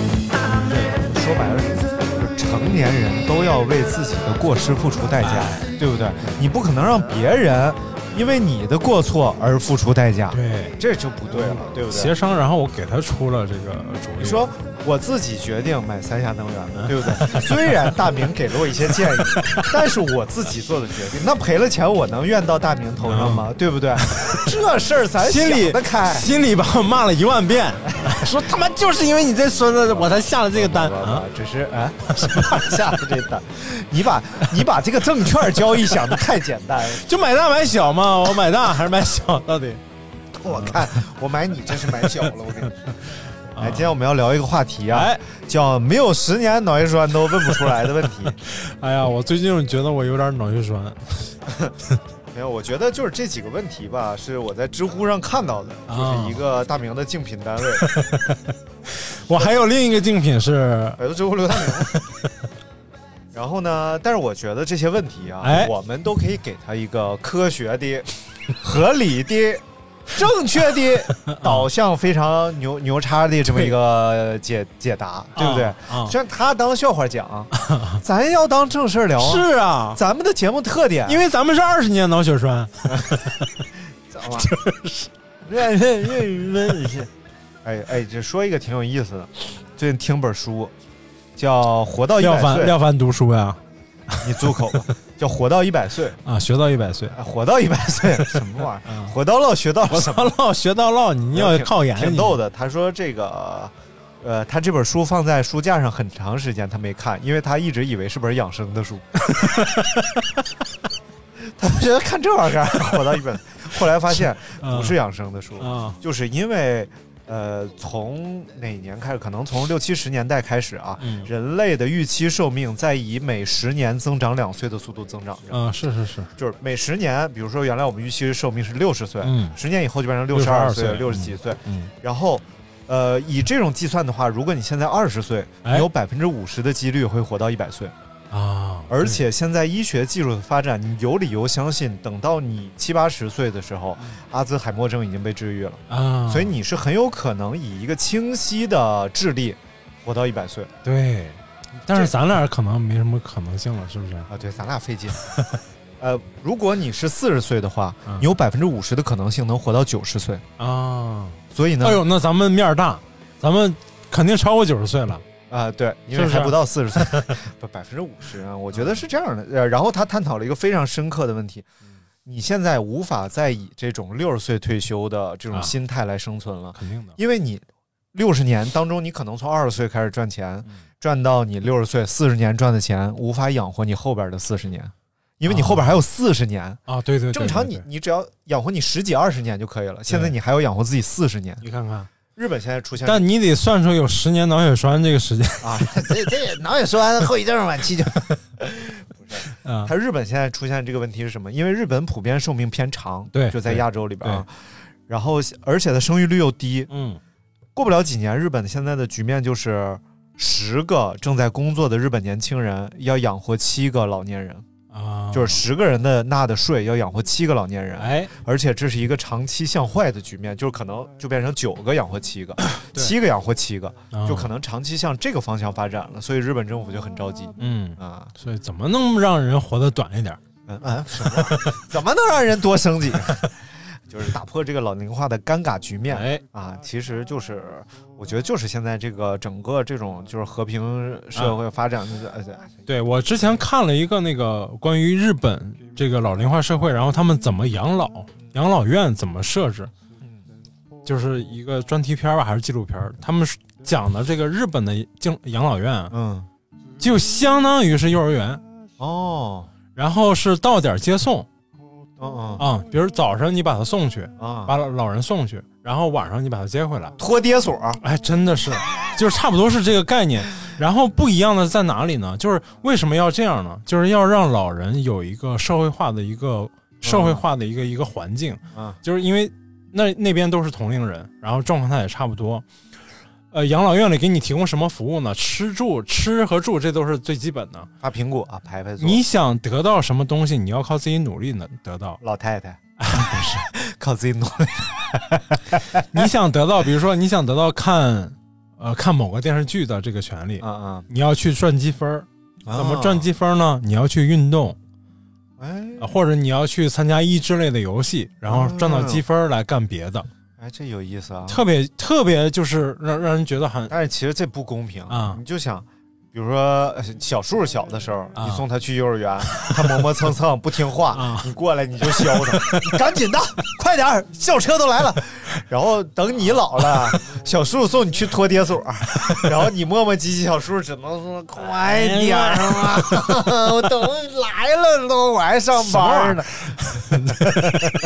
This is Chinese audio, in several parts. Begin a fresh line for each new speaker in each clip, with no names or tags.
说白了是什么，就是成年人都要为自己的过失付出代价，
哎
对不对？你不可能让别人因为你的过错而付出代价，
对，嗯
这就不对了，对不
协
对？
商，然后我给他出了这个主意。嗯
你说我自己决定买三峡能源的，对不对？虽然大明给了我一些 建议，但是我自己做的决定，那赔了钱我能怨到大明头上吗？对不对？这事儿咱
嗯心里
想得开，
心里把我骂了一万遍， 说他妈就是因为你这孙子，我才下了这个单
不
啊！
不只是啊， 什么下的这单？你把你把这个证券交易想的太简单了。
就买大买小嘛，我买大还是买小？到底嗯
我看我买你这是买小了，我跟你说。 哎，今天我们要聊一个话题啊，
啊哎
叫没有十年脑血栓都问不出来的问题。
哎呀，我最近觉得我有点脑血栓。
没有，我觉得就是这几个问题吧，是我在知乎上看到的，就
啊
是一个大明的竞品单位，
我还有另一个竞品是，
百度知乎刘大明。 然后呢，但是我觉得这些问题啊，
哎
我们都可以给他一个科学的、合理的、正确 的导向非常牛牛叉的这么一个解解答，对不对？
啊啊
虽然他当笑话 讲，咱要当正事儿聊啊。
是啊，
咱们的节目特点，
因为咱们是二十年脑血栓。
认认认认是。哎哎，这说一个挺有意思的，最近听本书，叫《活到一
廖
百岁
凡，》，廖凡读书呀，
你住口 吧，叫《活到一百岁》
啊，学到一百岁。
哎，活到一百 岁什么玩意儿？活到老学到
嗯我
老，
操，唠学到唠，你要靠研，
挺
你
逗的。他说这个，呃，他这本书放在书架上很长时间，他没看，因为他一直以为是本养生的 书。他觉得看这玩意儿干啥 活到一百岁，后来发现
嗯
不是养生的书，
啊
就是因为。呃，从哪年开始？可能从六七十年代开始啊，
嗯
人类的预期寿命在以每十年增长两岁的速度增长着。
啊，是是是，
就是每十年，比如说原来我们预期寿命是六十岁，
嗯
十年以后就变成六十二岁、
62
六十几岁。
嗯，
然后，呃，以这种计算的话，如果你现在二十岁，
哎
你有百分之五十的几率会活到一百岁。
啊，
而且现在医学技术的发展，你有理由相信，等到你七八十岁的时候，阿兹海默症已经被治愈了，
啊，
所以你是很有可能以一个清晰的智力活到一百岁
对，但是咱俩可能没什么可能性了，是不是？
啊！对，咱俩费劲。呃，如果你是四十岁的话
嗯，
你有百分之五十的可能性能活到九十岁。
啊，
所以呢，
哎呦，那咱们面儿大，咱们肯定超过九十岁了。
啊、对，因
是
为
不是
还不到四十岁， 不百分之五十啊，我觉得是这样的。呃，然后他探讨了一个非常深刻的问题，你现在无法再以这种六十岁退休的这种
啊
心态来生存了，
肯定的，
因为你六十年当中，你可能从二十岁开始赚钱，赚到你六十岁四十年赚的钱，无法养活你后边的四十年，因为你后边还有四十年。
啊，对对，对
正常你，
对对
你只要养活你十几二十年就可以了，现在
对
你还要养活自己四十年。
你看看，
日本现在出现
但你得算出有十年脑血栓这个时间
啊， 这这脑血栓后遗症晚期就
啊
它日本现在出现这个问题是什么？因为日本普遍寿命偏长，
对
就在亚洲里边啊。然后，而且它生育率又低，
嗯
过不了几年，日本现在的局面就是十个正在工作的日本年轻人要养活七个老年人，
啊，
就是十个人的纳的税要养活七个老年人，
哎，
而且这是一个长期向坏的局面，就是可能就变成九个养活七个，
对
七个养活七个，
啊
就可能长期向这个方向发展了，所以日本政府就很着急
嗯，
啊。
所以怎么能让人活得短一点？
哎 嗯啊，什么？怎么能让人多生几个？ 就是打破这个老龄化的尴尬局面。
哎
啊，其实就是我觉得就是现在这个整个这种就是和平
啊
社会发展的，呃
对我之前看了一个那个关于日本这个老龄化社会，然后他们怎么养老，养老院怎么设置，就是一个专题片儿吧，还是纪录片儿？他们是讲的这个日本的敬养老院啊，
嗯，
就相当于是幼儿园，
哦，
然后是到点儿接送
嗯
啊、比如早上你把他送去，
嗯啊，
把老老人送去，然后晚上你把他接回来。
托爹所，
哎，真的是，就是差不多是这个概念。然后不一样的在哪里呢？就是为什么要这样呢？就是要让老人有一个社会化的一个社会化的一个、一个环境，
嗯
就是因为那那边都是同龄人，然后状况他也差不多。呃，养老院里给你提供什么服务呢？吃住吃和住，这都是最基本的。
发苹果，啊，排排坐，
你想得到什么东西，你要靠自己努力能得到。
老太太不是靠自己努力，
你想得到，比如说你想得到看呃看某个电视剧的这个权利，
嗯
你要去赚积分儿。
嗯，
怎么赚积分呢？你要去运动，
哎
呃或者你要去参加益智类的游戏，然后赚到
哦
积分儿来干别的，
哎，这有意思啊，
特别特别就是让让人觉得很
但是其实这不公平
啊
你就想，比如说呃小树小的时候，
啊
你送他去幼儿园，他磨磨蹭蹭不听话
啊，
你过来你就削他，你赶紧的，快点儿，校车都来了。然后等你老了，小树送你去托爹所，然后你磨磨唧唧，小树只能说快点儿
哎
嘛，我都来了都，我还上班呢。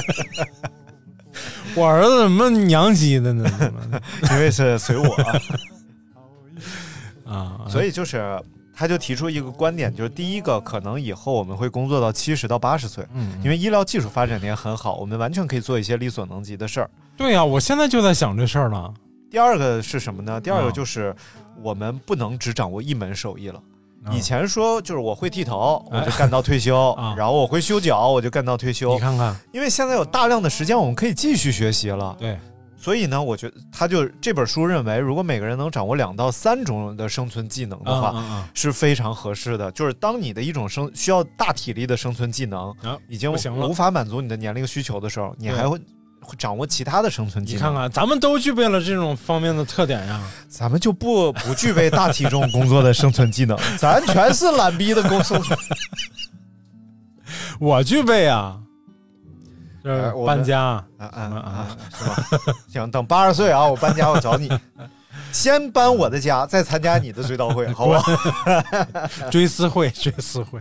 我儿子怎么娘鸡的呢？怎么
因为是随我，
啊，
所以就是。他就提出一个观点，就是第一个，可能以后我们会工作到七十到八十岁，
嗯，
因为医疗技术发展的也很好，我们完全可以做一些力所能及的事儿。
对呀、我现在就在想这事儿了。
第二个是什么呢？第二个
嗯
就是我们不能只掌握一门手艺了。
嗯
以前说就是我会剃头，我
哎
就干到退休；
啊
然后我会修脚，我就干到退
你
休。
看看，
因为现在有大量的时间，我们可以继续学习了。
对，
所以呢，我觉得他就这本书认为，如果每个人能掌握两到三种的生存技能的话，
啊
是非常合适的。就是当你的一种生需要大体力的生存技能，
啊，
已经
不行了
无法满足你的年龄需求的时候，你
对
还会会掌握其他的生存技
你
能。
看，看，咱们都具备了这种方面的特点呀。
咱们就不不具备大体重工作的生存技 能，咱全是懒逼的工生存。
我具备啊，
哎
这
我们
搬家，
啊啊
嗯
啊
啊！
是吧？行，等八十岁啊，我搬家，我找你。先搬我的家，再参加你的追悼 会，好吧？哎
追思会， 追思会，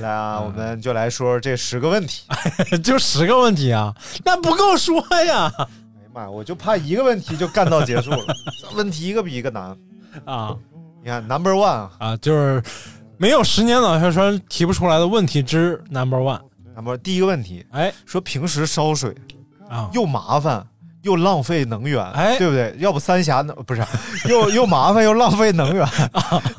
来啊，我
嗯
们就来说说这十个问题。哎
就十个问题啊，那不够说呀
哎呀妈呀，我就怕一个问题就干到结束了， 这问题一个比一个难。
啊。
你看，Number One 啊
啊，就是没有十年脑血栓提不出来的问题之 number one。
，Number 第一个问题
哎
说平时烧水，
啊，
又麻烦又浪费能源，
哎
对不对？要不三峡能不是， 又又麻烦又浪费能 源，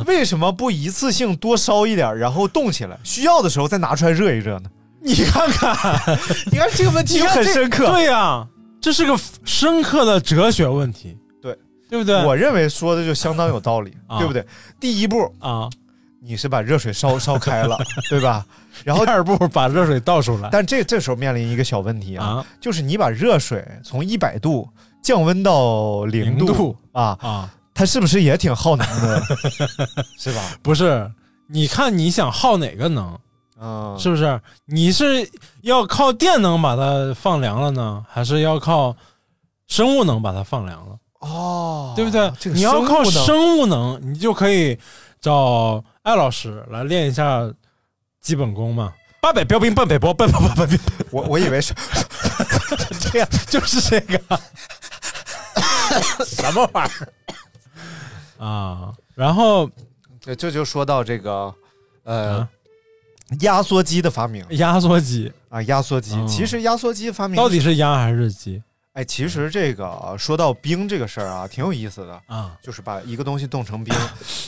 为什么不一次性多烧一点，然后冻起来，需要的时候再拿出来热一热呢？
你看看，
你看这个问题
你看
很
这
深刻，
对呀、这是个深刻的哲学问题，
对
对不对？
我认为说的就相当有道理，
啊
对不对？第一步，
啊，
你是把热水烧烧开 了，对吧？然后
第，二步把热水倒出来
但这这时候面临一个小问题啊，
啊
就是你把热水从一百度降温到零
零度
啊，
啊，
它是不是也挺耗能 的，是吧？
不是。你看，你想耗哪个能？
嗯，
是不是？你是要靠电能把它放凉了呢，还是要靠生物能把它放凉了？
哦，
对不对？
这个
你要
生
靠
物能
生物能，你就可以找艾老师来练一下基本功嘛。八百标兵奔北坡，奔奔奔奔奔，
我我以为是这样，
就是这个什么玩意儿啊？然后
这这就说到这个呃、
啊
压缩机的发明
压缩机
啊，压缩机。
嗯
其实压缩机发明
到底是压还是机
哎，其实这个说到冰这个事儿啊，挺有意思的，
啊？
就是把一个东西冻成冰。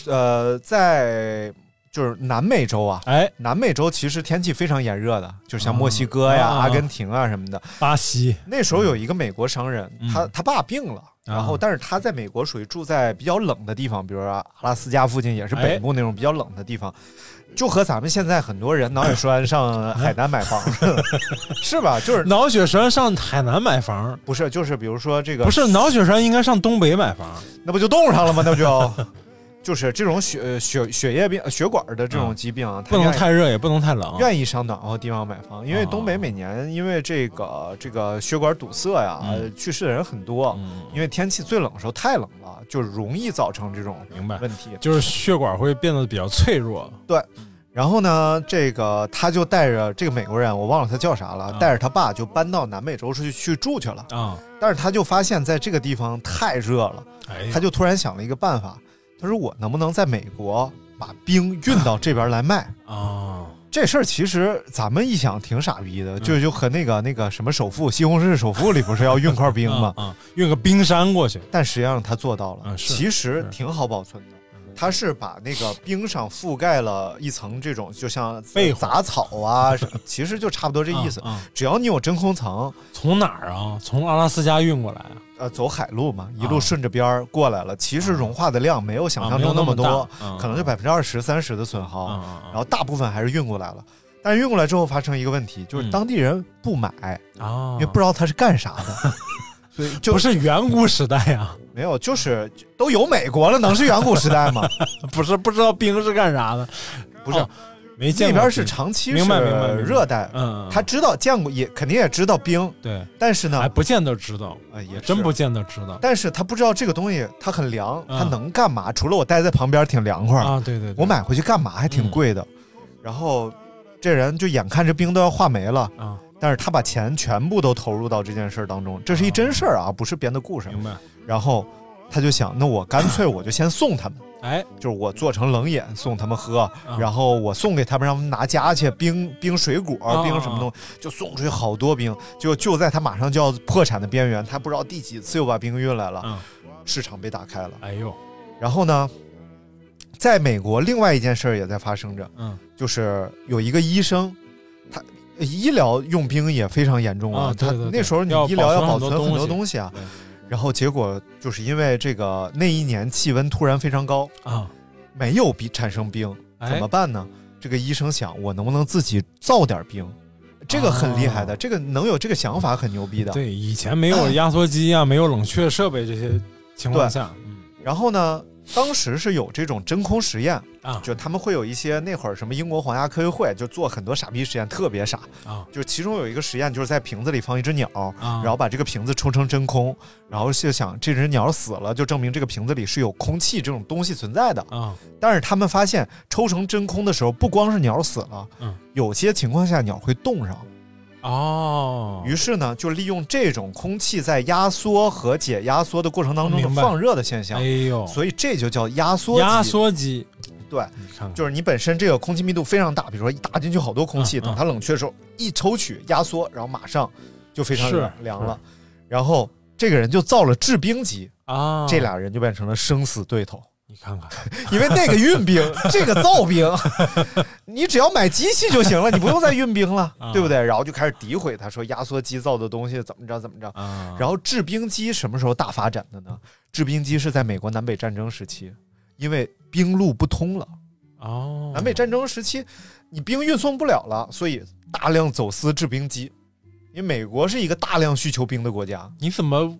呃，在就是南美洲啊，
哎，
南美洲其实天气非常炎热的，就像墨西哥呀、
啊
阿根廷啊什么的。
巴西，
那时候有一个美国商人，
嗯
他他爸病了，然后但是他在美国属于住在比较冷的地方，比如说阿拉斯加附近，也是
哎
北部那种比较冷的地方，就和咱们现在很多人脑血栓上海南买房，是 吧？就是
脑血栓上海南买房，
不是就是比如说这个
不是脑血栓应该上东北买房，
那不就冻上了吗？那不就就是这种血呃血血液病、血管的这种疾病啊，它
不能
愿意
太热也不能太冷。
愿意上暖和地方买房，因为
啊
东北每年因为这个这个血管堵塞呀，
嗯
去世的人很多。
嗯，
因为天气最冷的时候太冷了，就容易造成这种
明白，
问题。
哎就是血管会变得比较脆弱。
然后呢，这个他就带着这个美国人，我忘了他叫啥了，
嗯
带着他爸就搬到南美洲去去住去了。
啊，
但是他就发现，在这个地方太热了，
哎呀，
他就突然想了一个办法，他说我能不能在美国把冰运到这边来卖？
啊，？
这事儿其实咱们一想挺傻逼的，就就和那个那个什么首富《西红柿首富》里不是要运块冰吗
啊，运个冰山过去。
但实际上他做到了，
嗯是
其实
是嗯
挺好保存的。它是把那个冰上覆盖了一层这种，就像
废话
杂草啊，什么其实就差不多这意思。
啊啊
只要你有真空层，
从哪儿啊？从阿拉斯加运过来啊？
呃，走海路嘛，一路
啊
顺着边儿过来了，其实融化的量没有想象中么多，
嗯啊没有那么大嗯
可能就百分之二十、三十的损耗。
啊
然
啊
后大部分还是运过来了。但是运过来之后发生一个问题，
嗯
就是当地人不买，
啊啊！
因为不知道它是干啥 的，所以就
不是 远古时代啊呀、
没有，就是都有美国了，能是远古时代吗？
不是不知道冰是干啥的，
不是
哦 没见
那
过
边是
冰
长期
明白明白
是
明白
热带，
嗯，嗯
他知道见过也肯定也知道冰，
对，
但是呢
哎，，不见得知道，
呃也是
真不，见得知道
但是他不知道这个东西它很凉，
嗯
它能干嘛？除了我待在旁边挺凉快，
啊！对对嗯对，
我买回去干嘛？还挺贵的。然后这人就眼看着冰都要化没了，
啊，
但是他把钱全部都投入到这件事儿当中，这是一真事儿啊，不是编的故事。
明白？
然后他就想，那我干脆我就先送他们，
哎，
就是我做成冷饮送他们喝，
啊
然后我送给他们，让他们拿家去冰冰水果、
啊
冰什么东西，就送出去好多冰。就就在他马上就要破产的边缘，他不知道第几次又把冰运来了，
嗯
市场被打开了。
哎呦，
然后呢，在美国，另外一件事儿也在发生着，
嗯
就是有一个医生，他医疗用兵也非常严重
啊对对
他
对
那时候你
要
医疗要保
保存
存
很多
很多
东
东西啊
对。
然后结果就是因为这个那一年气温突然非常高，
啊，
没有冰产生冰，
哎
怎么办呢？这个医生想，我能不能自己造点冰？这个很厉害的，
哦
这个能有这个想法很牛逼的。
对，以前没有压缩机啊，没 有冷却设备这些情况下，嗯
然后呢，当时是有这种真空实验，
啊
就他们会有一些那会儿什么英国皇家科学会就做很多傻逼实验，特别傻。
啊
就其中有一个实验就是在瓶子里放一只鸟，
啊，
然后把这个瓶子抽成真空，然后就想这只鸟死了，就证明这个瓶子里是有空气这种东西存在的。
啊
但是他们发现抽成真空的时候，不光是鸟死了，
嗯
有些情况下鸟会冻上。
哦，
于是呢，就利用这种空气在压缩和解压缩的过程当中的
明白
放热的现象
哎，呦，
所以这就叫压缩机
压缩机，
对，
你看看
就是你本身这个空气密度非常大，比如说一打进去好多空气，
嗯嗯
等它冷却的时候一抽取压缩，然后马上就非常
是
凉凉了。然后这个人就造了制冰机，
啊，
这俩人就变成了生死对头，
你 看看，
因为那个运 冰，这个造冰，你只要买机器就行了，你不用再运冰了，
啊
对不对？然后就开始诋毁他说压缩机造的东西怎么着怎么着。
啊，
然后制冰机什么时候大发展的呢？制冰机是在美国南北战争时期，因为冰路不通了。
哦，
南北战争时期，你兵运送不了了，所以大量走私制冰机。因为美国是一个大量需求兵的国家，
你怎么，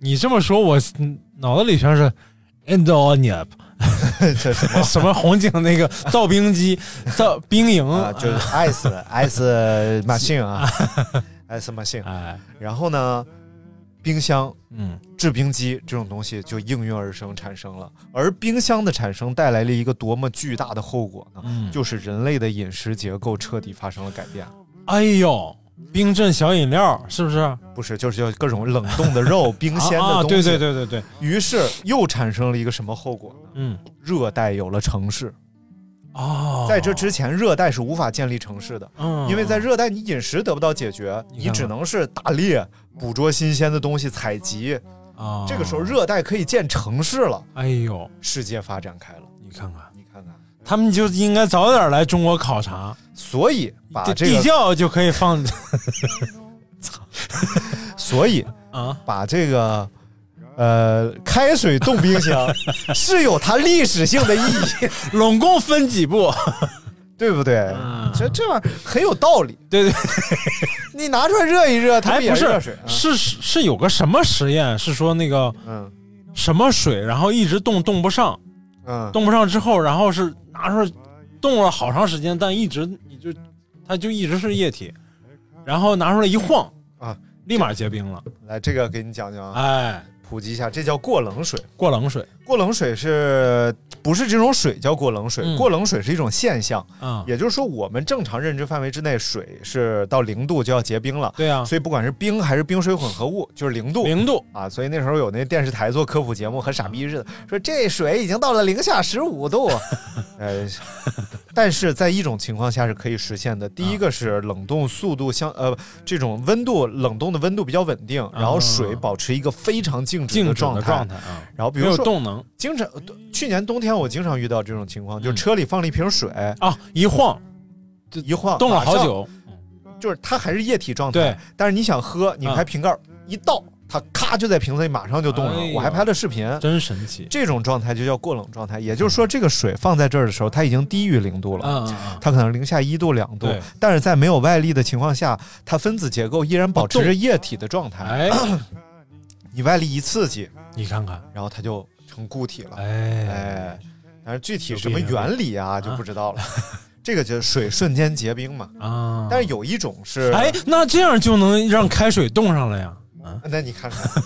你这么说，我嗯脑子里全是 Indonesia
这什么
什么红警那个造 冰机、造兵营
啊？ 就是 ice ice machine 啊，ice machine。
哎，
然后呢，冰箱、
嗯，
制冰机这种东西就应运而生产生了。而冰箱的产生带来了一个多么巨大的后果呢？
嗯
啊就是人类的饮食结构彻底发生了改变。
哎呦，冰镇小饮料是不是？
不是，就是叫各种冷冻的 肉、冰鲜
啊
的
啊，
东西。
对对对对对，
于是又产生了一个什么后果呢？
嗯，
热带有了城市，
哦，
在这之前，热带是无法建立城市的，
嗯，
因为在热带你饮食得不到解决，
你看
你只能是打猎、捕捉新鲜的东西、采集。
啊，
这个时候，热带可以建城市了，
哎呦，
世界发展开了。
你看看，
你看看，
他们就应该早点来中国考察，
所以把
地
这
地
个，
窖就可以放
所以
啊。
把这个呃开水冻冰 箱是有它历史性的意义，
拢共分几步？
对不对？
嗯
这这玩意儿很有道理。
对对，
你拿出来热一热，它
哎，
也
不
热
是
水？。啊
是是是有个什么实验？是说那个
嗯
什么水，然后一直冻冻不上，
嗯，
冻不上之后，然后是拿出来冻了好长时间，但一直你就它就一直是液体，然后拿出来一晃
啊，
立马结冰了。
来这个给你讲讲啊，
哎，
普及一下，这叫过冷水。
过冷水
过冷水是不是这种水叫过冷水？
嗯
过冷水是一种现象，
啊，
也就是说，我们正常认知范围之内，水是到零度就要结冰了。
对啊，
所以不管是冰还是冰水混合物，就是零度
零度
啊。所以那时候有那电视台做科普节目，和傻逼似的，说这水已经到了零下十五度。 呃，但是在一种情况下是可以实现的。第
啊
一个是冷冻速度相呃这种温度冷冻的温度比较稳定，然后水保持一个非常静止
啊静
的
止的
状态
状。态啊，
然后比
没
如
有
说
动能
经常去年冬天我经常遇到这种情况，就
嗯
车里放了一瓶水，
啊，一晃
一晃
冻了好，
啊马上
久，
就是嗯它还是液体状态
对，啊
但是你想喝，拧开瓶盖、一倒，它咔就在瓶子里马上就冻上了。
哎呀
我还拍了视频，
真神奇。
这种状态就叫过冷状态，也就是说这个水放在这儿的时候，它已经低于零度了。
嗯嗯嗯嗯，
它可能零下一度两度
对，
但是在没有外力的情况下，它分子结构依然保持着液体的状态。
哎，
你外力一刺激，
你看看，
然后它就成固体了。
哎，
哎，但是具体
有
什么
病有嗯
原理啊就不知道了。这个就是水瞬间结冰嘛。
啊，
但是有一种是，
哎，那这样就能让开水冻上了呀？啊，
那你看看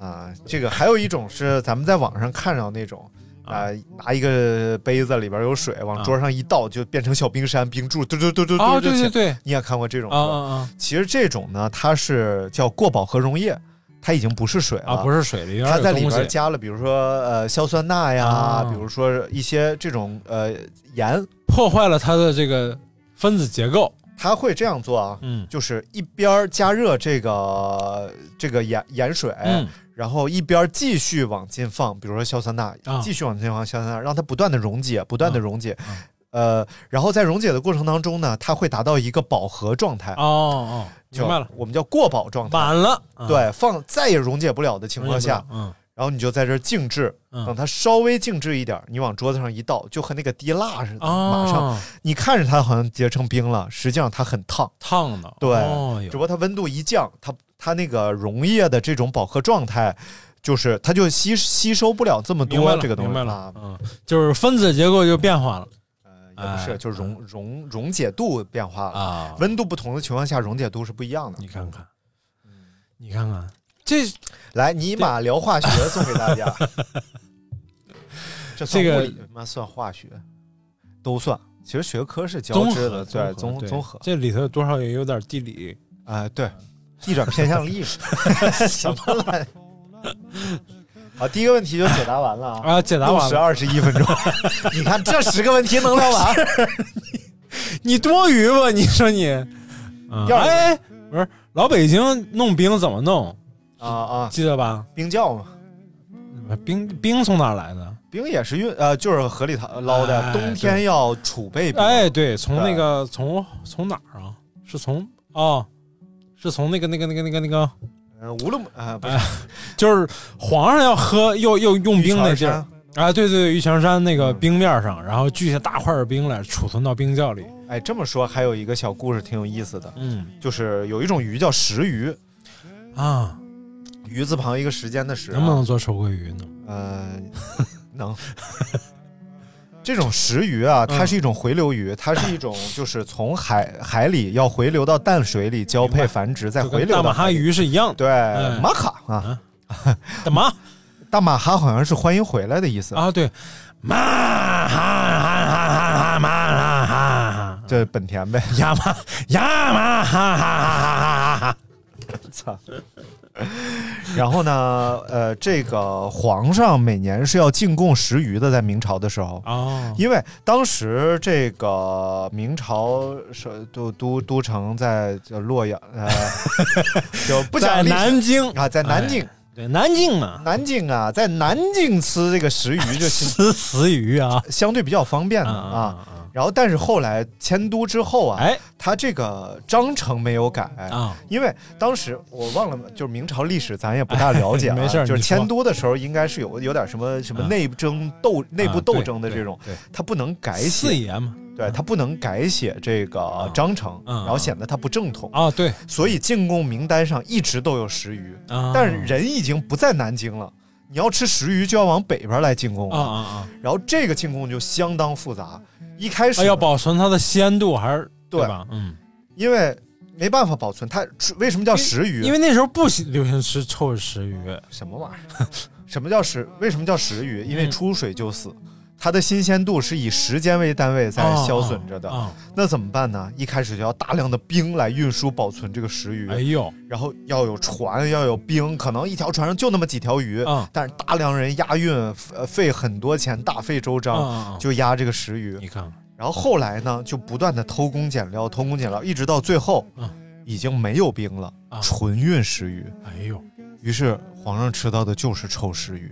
啊，这个还有一种是咱们在网上看到那种。啊、拿一个杯子里边有水，往桌上一倒，就变成小冰山、冰柱，嘟嘟嘟嘟嘟
啊，
就
对
起
对
来。
对，
你也看过这种
啊
吗？
啊
其实这种呢，它是叫过饱和溶液，它已经不是水了，
啊啊，不
是，
是水里，
它在里边
边
加了，比如说呃硝酸钠呀，
啊
比如说一些这种呃盐，
破坏了它的这个分子结构。
它会这样做啊，
嗯
就是一边儿加热这个这个盐盐水，
嗯
然后一边儿继续往进放，比如说硝酸钠，
啊
继续往进放硝酸钠，让它不断的溶解，不断的
啊
溶解。
啊
呃，然后在溶解的过程当中呢，它会达到一个饱和状态，
哦哦，
叫
明白了，
我们叫过饱状态。
晚了。啊，
对，放再也溶解不了的情
情
况下，
嗯
然后你就在这儿静置，等
嗯
它稍微静置一点儿，你往桌子上一倒，就和那个滴蜡似的，
啊，
马上你看着它好像结成冰了，实际上它很烫。
烫的。
对
哦
只
哟
不过它温度一降，它它那个溶液的这种饱和状态，就是它就吸吸收不了这么
明白
多
了，
这个东西
明白
啊呃
了，嗯，就是分子结构就变化了
也不是，
哎
就溶溶溶解度变化了。
啊。
温度不同的情况下，溶解度是不一样的。
你看看，
嗯
你看看，这
来，尼玛聊化学送给大 家，这算
这
物
个
理吗？算化学，都算。其实学科是交
综
织
合
的，对，
综
综
合
综合。
这里头多少也有点地理。
啊，对，一点偏向力 嘛，什么来？好，第一个问题就解答完了啊。
啊，解答完
十
了，
二十一分 钟，你看这十个问题能聊完？
你多余吧？ 你说你，嗯
要是
哎，不是老北京弄冰怎么弄？
啊啊，
记得吧？
冰窖嘛，
冰冰从哪儿来的？
冰也是运呃，就是河里淘捞的，
哎
冬天要储备冰。
哎，对，从
对
那个从从哪儿啊？是从哦，是从那个那个那个那个那个，
呃，无论啊，不是
哎就是皇上要喝又又用冰那
玉
地
泉
儿
山
啊，对对对，玉泉山那个冰面上，然后锯下大块的冰来储存到冰窖里。
哎，这么说还有一个小故事挺有意思的，
嗯
就是有一种鱼叫石鱼，
啊，
鱼字旁一个时间的时啊，
能不能做手绘鱼呢？
呃，能。这种石鱼啊，它
嗯
是一种回流鱼，它是一 种就是从海海里要回流到淡水里交
明
配
白
繁殖，再
就
回
跟
流
大
到
马
海
哈
里。
鱼是一样的。嗯
对，玛卡啊，
大马
大马哈好像是欢迎回来的意思。
啊，对，马哈哈哈哈哈马哈哈哈
这本田呗，
亚马亚马哈哈哈哈哈哈。
操！然后呢，呃，这个皇上每年是要进贡石鱼的，在明朝的时候，
哦，
因为当时这个明朝是都都都城在叫洛阳，呃，就不讲
在
历史
南京哎
啊，在南京，
对，南京嘛，
南京啊，在南京吃这个石鱼就 是
吃死鱼啊，
相对比较方便的
啊啊
啊。然后，但是后来迁都之后啊，
哎
它这个章程没有改
啊，
因为当时我忘了，就是明朝历史咱也不大了解啊，
哎没事儿
就是
你说
迁都的时候应该是有有点什么什么
啊
内争斗、内部
啊
斗
对
争的这种，
对对
它不能改
四
写，
爷嘛，
对，它不能改写这个章程，
嗯
然后显得它不正统，
啊，对，
所以进贡名单上一直都有石鱼，
啊
但是人已经不在南京了。你要吃石鱼，就要往北边来进贡了
啊啊啊，
然后这个进贡就相当复杂，一开始、
哎要保存它的鲜度还是
对
吧？嗯，
因为没办法保存，它为什么叫石鱼？
因为那时候不喜流行吃臭食鱼，
什么玩意儿？ 什么叫石？为什么叫石鱼？因为
嗯
出水就死，它的新鲜度是以时间为单位在消损着的。
啊，
那怎么办呢？一开始就要大量的冰来运输保存这个石鱼，
哎呦，
然后要有船，要有冰，可能一条船上就那么几条鱼，
啊
但是大量人押运，呃费很多钱，大费周章，
啊啊
就押这个石鱼。
你看看，
然后后来呢，就不断的偷工减料，偷工减料，一直到最后，
嗯
已经没有冰了，
啊
纯运石鱼。
哎呦，
于是皇上吃到的就是臭石 鱼，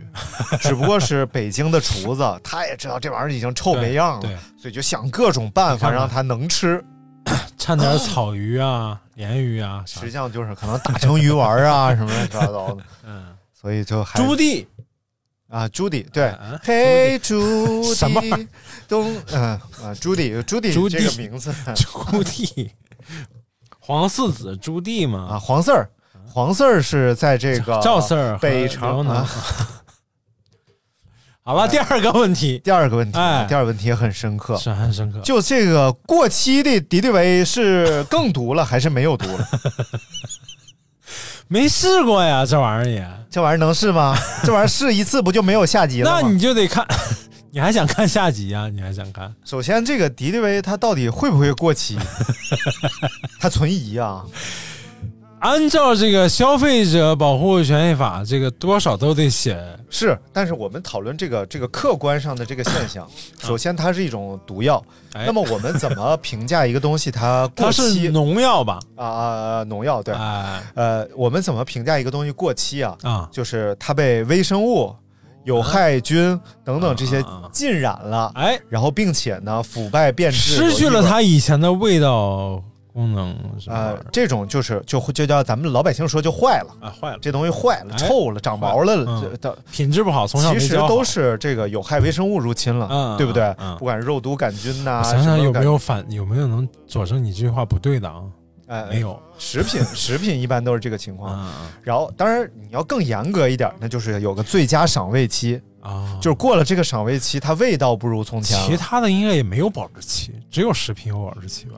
只不过是北京的厨子，他也知道这玩意儿已经臭没样了，
对，
所以就想各种办法
你看看啊
让它能吃。
掺点草鱼啊、鲢鱼啊啥
实际，上就是可能打成鱼丸啊什么乱七八糟的，
嗯，
所以就还
朱棣
啊朱棣对
啊，
嘿朱棣
什么玩
东嗯啊朱棣朱棣
朱
这个
棣
名字
朱棣，皇四子朱棣
啊
嘛，
黄四儿黄四儿是在这个
赵四儿和
啊北朝
辽
啊
南。好吧，第二个 问题
第二个问题
哎
第二个问题也很深刻，
是很深刻，
就这个过期的敌敌畏是更毒了还是没有毒了？
没试过呀，这玩意儿也，
这玩意儿能试吗？这玩意儿试一次不就没有下 集了吗？
那你就得看，你还想看下集啊呀？你还想看？
首先这个敌敌畏它到底会不会过 期？它存疑啊，
按照这个《消费者保护权益法》，这个多少都得写
是。但是我们讨论这个这个客观上的这个现象，首先它是一种毒药。
哎
那么我们怎么评价一个东西它过
它是
期
农药吧？
啊啊啊农药？对，
哎
呃，我们怎么评价一个东西过期啊？
啊，
就是它被微生物、有害菌等等这些
啊啊啊
浸染了，
哎，
然后并且呢腐败变质，
失去
有异
了
味儿。
它以前的味道功能，是吧
呃，？这种就是就会就叫咱们老百姓说就坏了，
啊，坏了，
这东西坏了、
哎
臭了、长毛了，
嗯
这的、
品质不好，从小
其
没
实
教好
都。是这个有害微生物入侵了，
嗯嗯
对不对？
嗯嗯
不管是肉毒杆菌呐、
我
啊什
想
么
想有没
杆
有反有没有能佐证你这句话不对的啊？
呃
没有
食品， 食品一般都是这个情况。
啊
然后，当然你要更严格一点，那就是有个最佳赏味期，
啊，
就是过了这个赏味期，它味道不如从前了。
其他的应该也没有保质期，只有食品有保质期吧？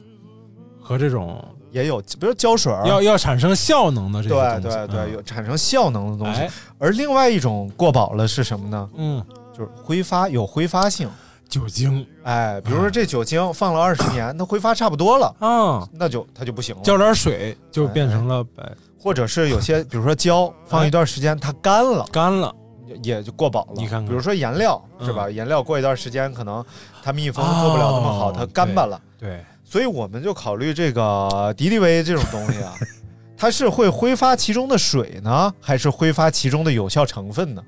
和这种
也有，比如胶水儿，
要要产生效能的这
对
些东西，
对对，
嗯
有产生效能的东西
哎。
而另外一种过饱了是什么呢？
嗯，
就是挥发，有挥发性。
酒精
哎，比如说这酒精放了二十年，它挥发差不多了，
啊，
那就它就不行了。
浇点水就变成了白
或者是有 些，比如说胶放一段时间它干了，
干了，
也也就过饱了。
你看看
比如说颜料
嗯
是吧？颜料过一段时间可能它密封做不了那么好，
哦
它干巴了。
对，
所以我们就考虑这个敌敌畏这种东 西啊，它是会挥发其中的水呢，还是挥发其中的有效成分呢？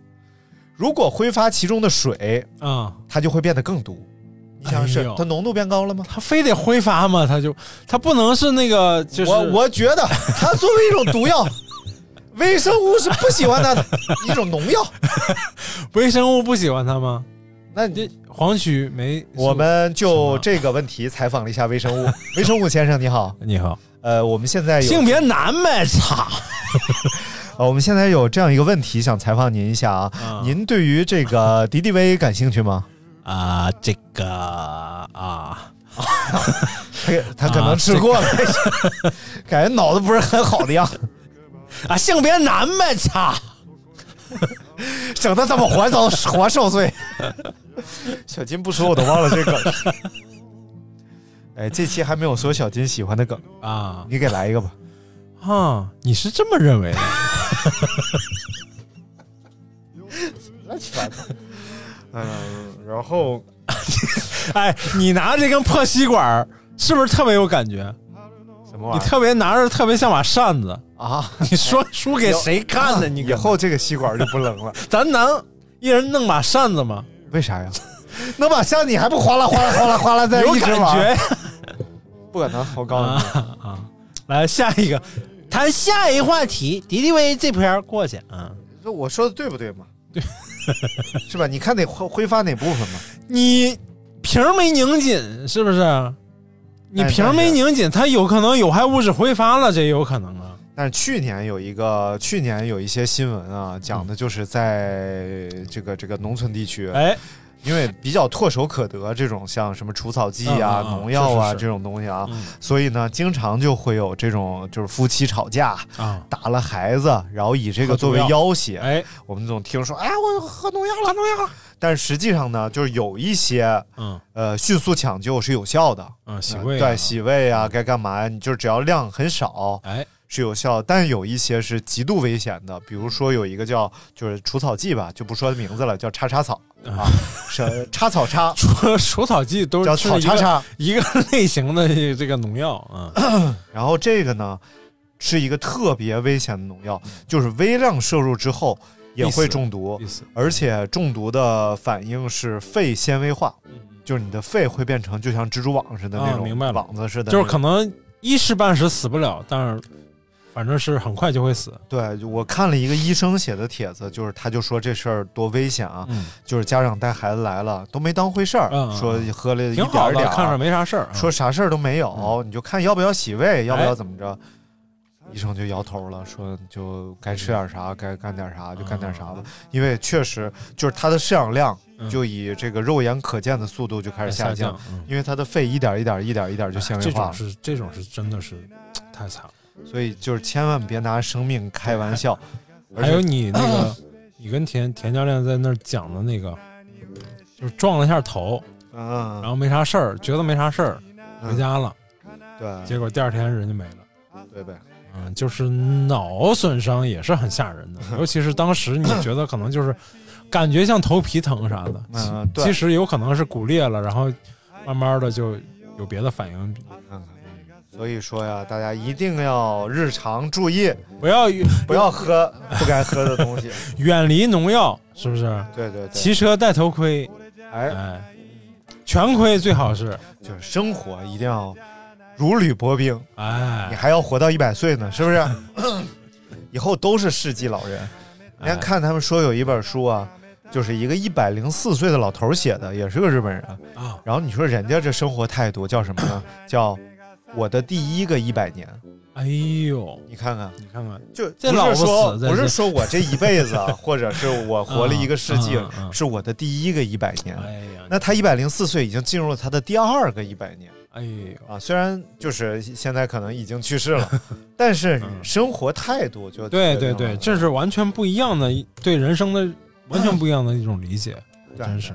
如果挥发其中的水，
啊，
它就会变得更毒。你想是、
哎呦
它浓度变高了吗？
他非得挥发嘛，他就他不能是那个就是
我我觉得它作为一种毒药， 微生物是不喜欢它的一种农药。
微生物不喜欢他吗？
那
这黄曲霉素，
我们
什
就
么
这个问题采访了一下微生物。微生物先生你好，
你好，
呃，我们现在有
性别男呗，操，
呃，我们现在有这样一个问题想采访您一下啊，
嗯
您对于这个敌敌畏感兴趣吗？
啊，这个啊，
他他可能吃过了，感觉脑子不是很好的样子，
啊，性别男呗，操！
整的这么活遭活受罪。 小金不说我都忘了这梗。哎，这期还没有说小金喜欢的梗，
啊
你给来一个吧。
啊，你是这么认为 的？
嗯，然后
哎，你拿这根破吸管儿是不是特别有感觉？
什什么玩
你
意儿
特别拿着特别像把扇子，
啊？
你说输给谁看呢？你
以后这个吸管就不冷了，
咱男一人弄把扇子吗？
为啥呀？ 能把像你还不哗啦哗啦哗啦哗啦在
有
一直
感
玩？
觉
不可能，我告诉你，
啊啊！来下一个，谈下一话题，敌敌畏这篇过去啊。
说我说的对不对嘛？对， 是吧？你看得挥挥发哪部分嘛？
你瓶儿没拧紧，是不是？你
哎
瓶儿没拧紧，它有可能有害物质挥发了，这也有可能啊。
但是去年有一个，去年有一些新闻啊，讲的就是在这个这个农村地区，
哎，
因为比较唾手可得这种像什么除草剂啊、
嗯嗯嗯
农药啊
是是
这
是
种东西啊，
嗯
所以呢，经常就会有这种就是夫妻吵架，
啊，
打了孩子，然后以这个作为
喝毒药
要挟，
哎，
我们总听说，哎，我喝农药了，农药了。但是实际上呢，就是有一些
嗯
呃迅速抢救是有效的，
嗯，洗
呃
胃、
对，洗胃啊，该干嘛呀？你就是只要量很少
哎，。
是有效，但有一些是极度危险的，比如说有一个叫就是除草剂吧，就不说名字了，叫叉叉草啊，是叉草叉
除除草剂都
叫
是
草叉叉，
一个 一个类型的这个农药 啊。
然后这个呢是一个特别危险的农药，就是微量摄入之后也
必
会
死
中毒
意，思，
而且中毒的反应是肺纤维化，就是你的肺会变成就像蜘蛛网似的那
嗯啊
种
明白了
网子似的那
就
种，
是可能一时半时死不了，但是反正是很快就会死。
对我看了一个医生写的帖子，就是他就说这事儿多危险啊，
嗯，
就是家长带孩子来了都没当回事儿，
嗯嗯
说喝了一
挺
点
好
儿
的
点，儿，
看着没嗯啥事儿啊。
说啥事儿都没有，你就看要不要洗胃，
哎
要不要怎么着。医生就摇头了，说就该吃点
嗯
啥，该干点啥就干点啥吧，因为确实就是它的摄氧量
嗯
就以这个肉眼可见的速度就开始
下
下降，，
嗯
因为它的肺一点一点一点一点就纤维
哎这
化
种，是这种是真的是太惨了。
所以就是千万别拿生命开玩笑。而
还
且
有你那 个，你跟田田教练在那儿讲的那个，就是撞了一下头，
嗯，
然后没啥事儿，觉得没啥事儿，回家了，
对
结果第二天人就没了。
对呗，
嗯，就是脑损伤也是很 吓人的，尤其是当时你觉得可能就是感觉像头皮疼啥的，
嗯对，
其实有可能是骨裂了，然后慢慢的就有别的反应，
看看嗯所以说呀，大家一定要日常注意，
不要
不要喝不该喝的东西。
远离农药，是不是？
对对对，
骑车戴头盔，
哎，
哎，全盔最好是，
就是生活一定要如履薄冰，你
哎，
还要活到一百岁呢，是不是？以后都是世纪老人。你看，看他们说有一本书啊，就是一个一百零四岁的老头写的，也是个日本人。
啊，
然后你说人家这生活态度叫什么呢？叫我的第一个一百年。
哎呦，
你看看，
你看看，
就
这
不
老
是
不死
说
在
不是
这
说我这一辈子啊，或者是我活了一个世纪
嗯嗯嗯，嗯
是我的第一个一百年。
哎呀，
那他一百零四岁，已经进入了他的第二个一百年
哎呦，
啊。虽然就是现在可能已经去世 了，但是
嗯
生活态度就
对
决定
对
了
对，这是完全不一样的一对人生的完全不一样的一种理解，
对
真是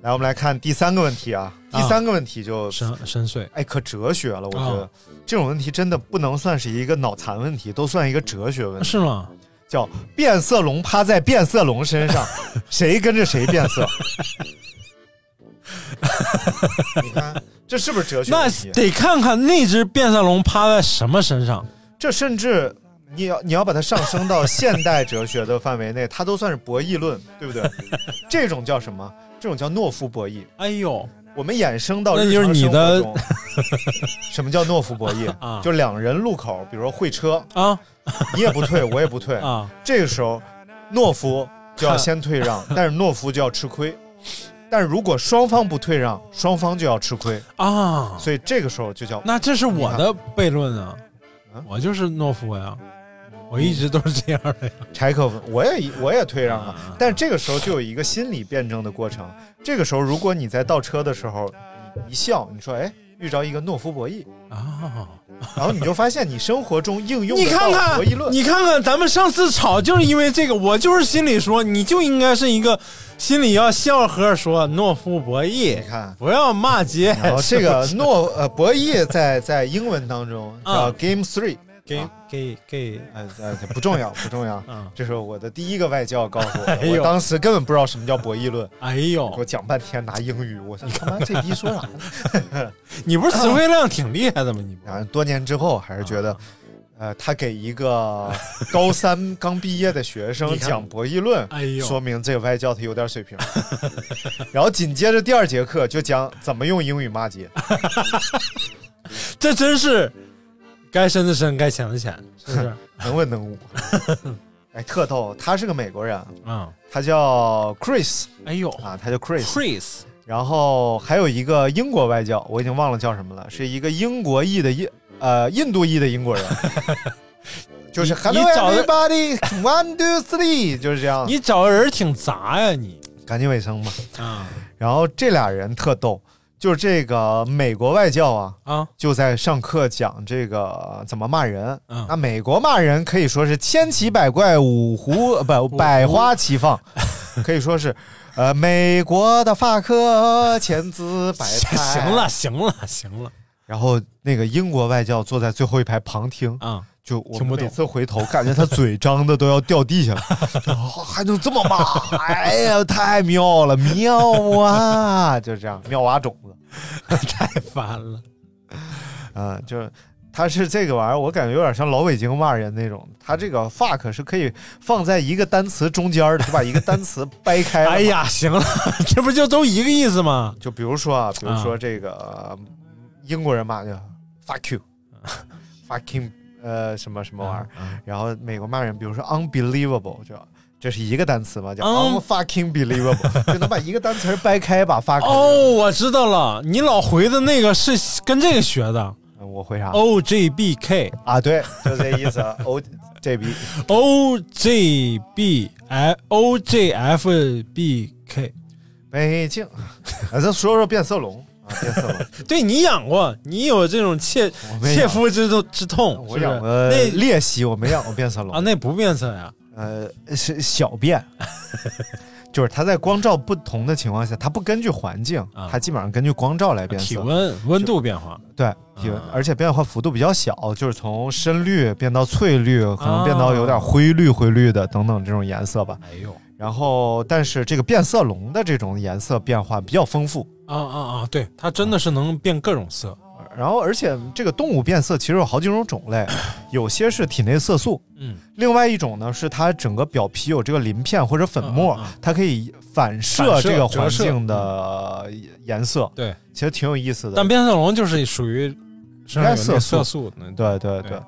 来，我们来看第三个问题啊。第
啊
三个问题就
深深邃。
哎，可哲学了，我觉得
啊
这种问题真的不能算是一个脑残问题，都算一个哲学问题。
是吗？
叫变色龙趴在变色龙身上， 谁跟着谁变色。你看，这是不是哲学
那
问题？啊
得看看那只变色龙趴在什么身上。
这甚至你要你要把它上升到现代哲学的范围内，它都算是博弈论，对 不对？这种叫什么？这种叫懦夫博弈。
哎呦，
我们衍生到
那
日
就是
常
你
生活
的
中什么叫懦夫博弈？
啊
就两人路口，比如说会车，
啊
你也不 退，我也不退，
啊！
这个时候，懦夫就要先退 让，但是懦夫就要吃亏。但是如果双方不退让，双方就要吃亏，
啊，
所以这个时候就叫
那这是我的悖论啊
啊！
我就是懦夫呀，我一直都是这样的呀。
柴可夫，我也我也退让
啊
了。但是这个时候就有一个心理辩证的过程。这个时候，如果你在倒车的时候，你一笑，你说哎，遇着一个懦夫博弈，
啊，
然后你就发现你生活中应用
你
得
看
到
看
博弈，论。
你看看，咱们上次吵就是因为这个，我就是心里说，你就应该是一个心里要笑呵说懦夫博弈
你，看，
不要骂街
然后。这
是吧
个懦呃博弈在在英文当中叫
啊
Game Three，
给给给，
哎哎，不重要， 不重要。
嗯
这是我的第一个外教告诉我
哎
的，
呦
我当时根本不知道什么叫博弈论，
哎
给我
呦，
讲半天拿英语，我 说你他妈这逼说啊啥呢？
你不是词汇量挺厉害的吗？你不
然后多年之后还是觉得，
啊
呃，他给一个高 三刚毕业的学生
你看
讲博弈论，
哎呦
说明这个外教他有点水平。 然后紧接着第二节课就讲怎么用英语骂街，
这真是该深的深，该浅的浅，是不是？
能文能武。 哎，特逗，他是个美国人，
啊，
他叫 Chris
哎呦
啊，他叫 Chris，
，Chris，
然后还有一个英国外教，我已经忘了叫什么了，是一个英国裔的印呃印度裔的英国 人，就是
你
Hello
你找的
everybody one two three 就是这样，
你找的人挺杂呀，你
赶紧卫生吧。
啊
然后这俩人特逗，就是这个美国外教啊，
啊，
就在上课讲这个呃怎么骂人。
嗯
那美国骂人可以说是千奇百怪，五湖 呃不百花齐放，可以说是，呃，美国的发科千姿百态。
行了，行了，行 了
然后那个英国外教坐在最后一排旁听，
啊，
就我
听不
们
懂
每次回头，感觉他嘴张的都要掉地 下了，就哦还能这么骂？ 哎呀，太妙了，妙啊！ 就这样，妙蛙种子，
太烦了，
嗯、就是他是这个玩意儿，我感觉有点像老北京骂人那种。他这个 fuck 是可以放在一个单词中间的，就把一个单词掰开。
哎，呀，行了，这不就都一个意思吗？
就比如说啊，比如
啊
说这个、呃英国人骂就 fuck you，fucking 呃什么什么玩意儿。
啊
然后美国骂人，比如说 unbelievable，就这是一个单词嘛，叫
Un-
unfucking believable，就能把一个单词儿掰开把 fuck。
哦，我知道了，你老回的那个是跟这个学的
嗯，我会啥？
，O J B K
啊，对，就这意 思。O 啊哦 J B
O J B I O J F B K，
北京，啊，咱说说变色龙啊，变色龙，
对你养过，你有这种切
我没
切
养
肤之痛之痛，
我
是不
养
是
过
那
鬣蜥，我没养过变色
啊
龙，
那不变色呀，
呃，是小变。就是它在光照不同的情况下，它不根据环境
啊，
它基本上根据光照来变色。
体温温度变化，
对，体温
啊，
而且变化幅度比较小，就是从深绿变到翠绿，可能变
啊
到有点灰绿、灰绿的等等这种颜色吧。
哎呦，
然后，但是这个变色龙的这种颜色变化比较丰富。
啊啊啊，对，它真的是能变各种色，
然后，而且这个动物变色其实有好几种种类，有些是体内色素，
嗯，
另外一种呢是它整个表皮有这个鳞片或者粉末，
嗯嗯嗯
它可以反射
反射
这个环
折射嗯
境的颜色，
对，
其实挺有意思的
但。变色龙就是属于身上有那个色素，那
对对
对
对。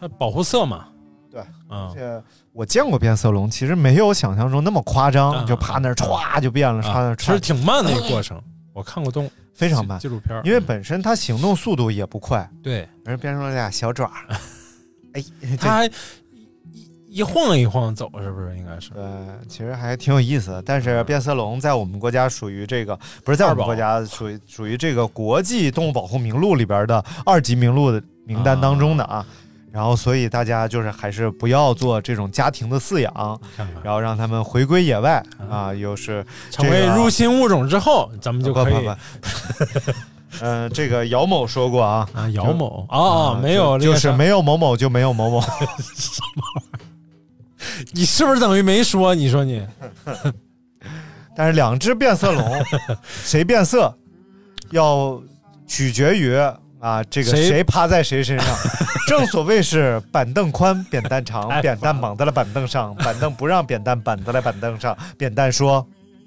它保护色嘛，
对，
啊
而，且我见过变色龙，其实没有想象中那么夸张，
嗯
就趴那儿歘就变了，趴那
啊
儿
其实
歘，
挺慢的一个过程，我看过动
非常慢
纪。录片儿，
因为本身它行动速度也不快，
对，
而变成了俩小爪儿。 哎，
它
这
还一一晃一晃走，是不是？应该是
呃，其实还挺有意思的。但
嗯
是变色龙在我们国家属于这个，不是在我们国家属于属于这个国际动物保护名录里边的二级名录的名单当中的啊。然后，所以大家就是还是不要做这种家庭的饲养，
你看看，
然后让它们回归野外
啊
啊，又是
成为
这个
入侵物种之后，咱们就可以
不。 嗯、呃，这个姚某说过啊，
啊，姚某哦，
啊
没有，
就
那
就
个
是
啥，
没有某某就没有某某。
你是不是等于没说？你说你
嗯但是两只变色 龙，谁变色，要取决于啊这个
谁
谁趴在谁身 上。正所谓是板凳宽，扁担长，
哎
扁担绑在了板凳上，板凳不让扁担绑在了板凳上，扁担说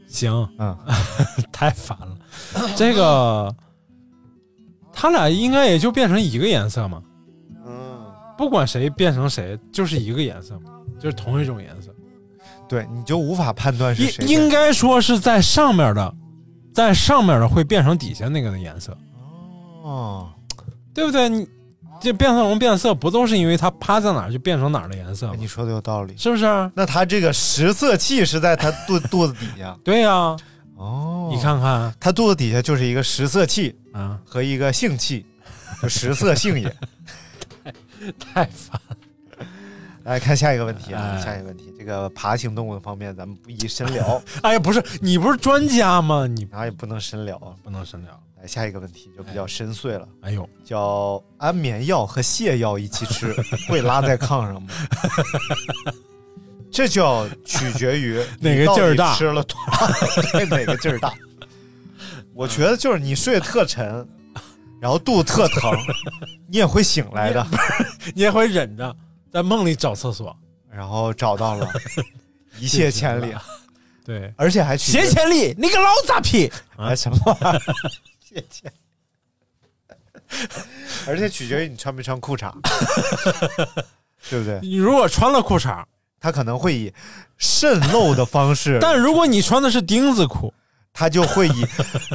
行，
嗯，
太烦了。这个他俩应该也就变成一个颜色嘛，嗯，不管谁变成谁，就是一个颜色嘛，就是同一种颜色。
对，你就无法判断是谁
应
变。
应该说是在上面的，在上面的会变成底下那个的颜色，
哦，
对不对？你这变色龙变色不都是因为它趴在哪儿就变成哪儿的颜色
哎
吗？
你说的有道理。
是不是啊？
那他这个食色器是在他肚肚子底下
对呀、
哦
你看看
它肚子底下就是一个食色气
啊，
和一个性气，就食色性也。
太烦了。
来看下一个问题啊，
哎
下一个问题，这个爬行动物方面咱们不宜深聊，
哎呀，不是你不是专家吗？你
然后也不能深聊啊。
不能深聊。
来，下一个问题就比较深邃了，
哎呦，
叫安眠药和泻药一起吃会拉在炕上吗？这叫取决于
哪个劲儿大
你到底吃了多少，对哪个劲儿大。我觉得就是你睡得特沉，然后肚子特疼，你也会醒来的。
你也会忍着在梦里找厕所，
然后找到 了，一泻千里，
对，
而且还取决于
千里，你个老杂皮！
啊什么玩意儿？谢谢。而且取决于你穿没穿裤 衩，对不对？
你如果穿了裤衩，
他可能会以渗漏的方式，
但如果你穿的是钉子裤，
他就会以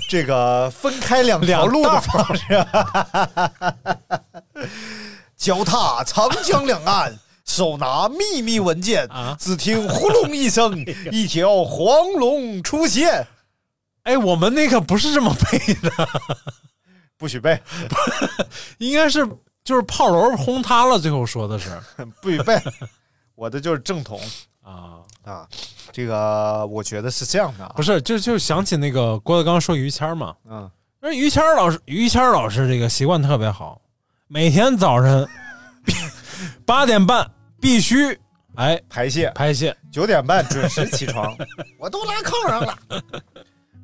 这个分开两条路的方式， 脚踏长江两岸。手拿秘密文件，
啊
只听呼隆一 声，一条黄龙出现，
哎，我们那个不是这么配的，
不许背，
应该是就是炮楼轰塌了，最后说的是
不许背，我的就是正统。
啊，
啊，这个我觉得是这样的啊，
不
是，
是，就就想起那个郭德纲说于谦儿嘛，
嗯，
那于谦儿老师，于谦儿老师这个习惯特别好，每天早晨八点半必须哎
排泄
排泄，
九点半准时起床，我都拉炕上了。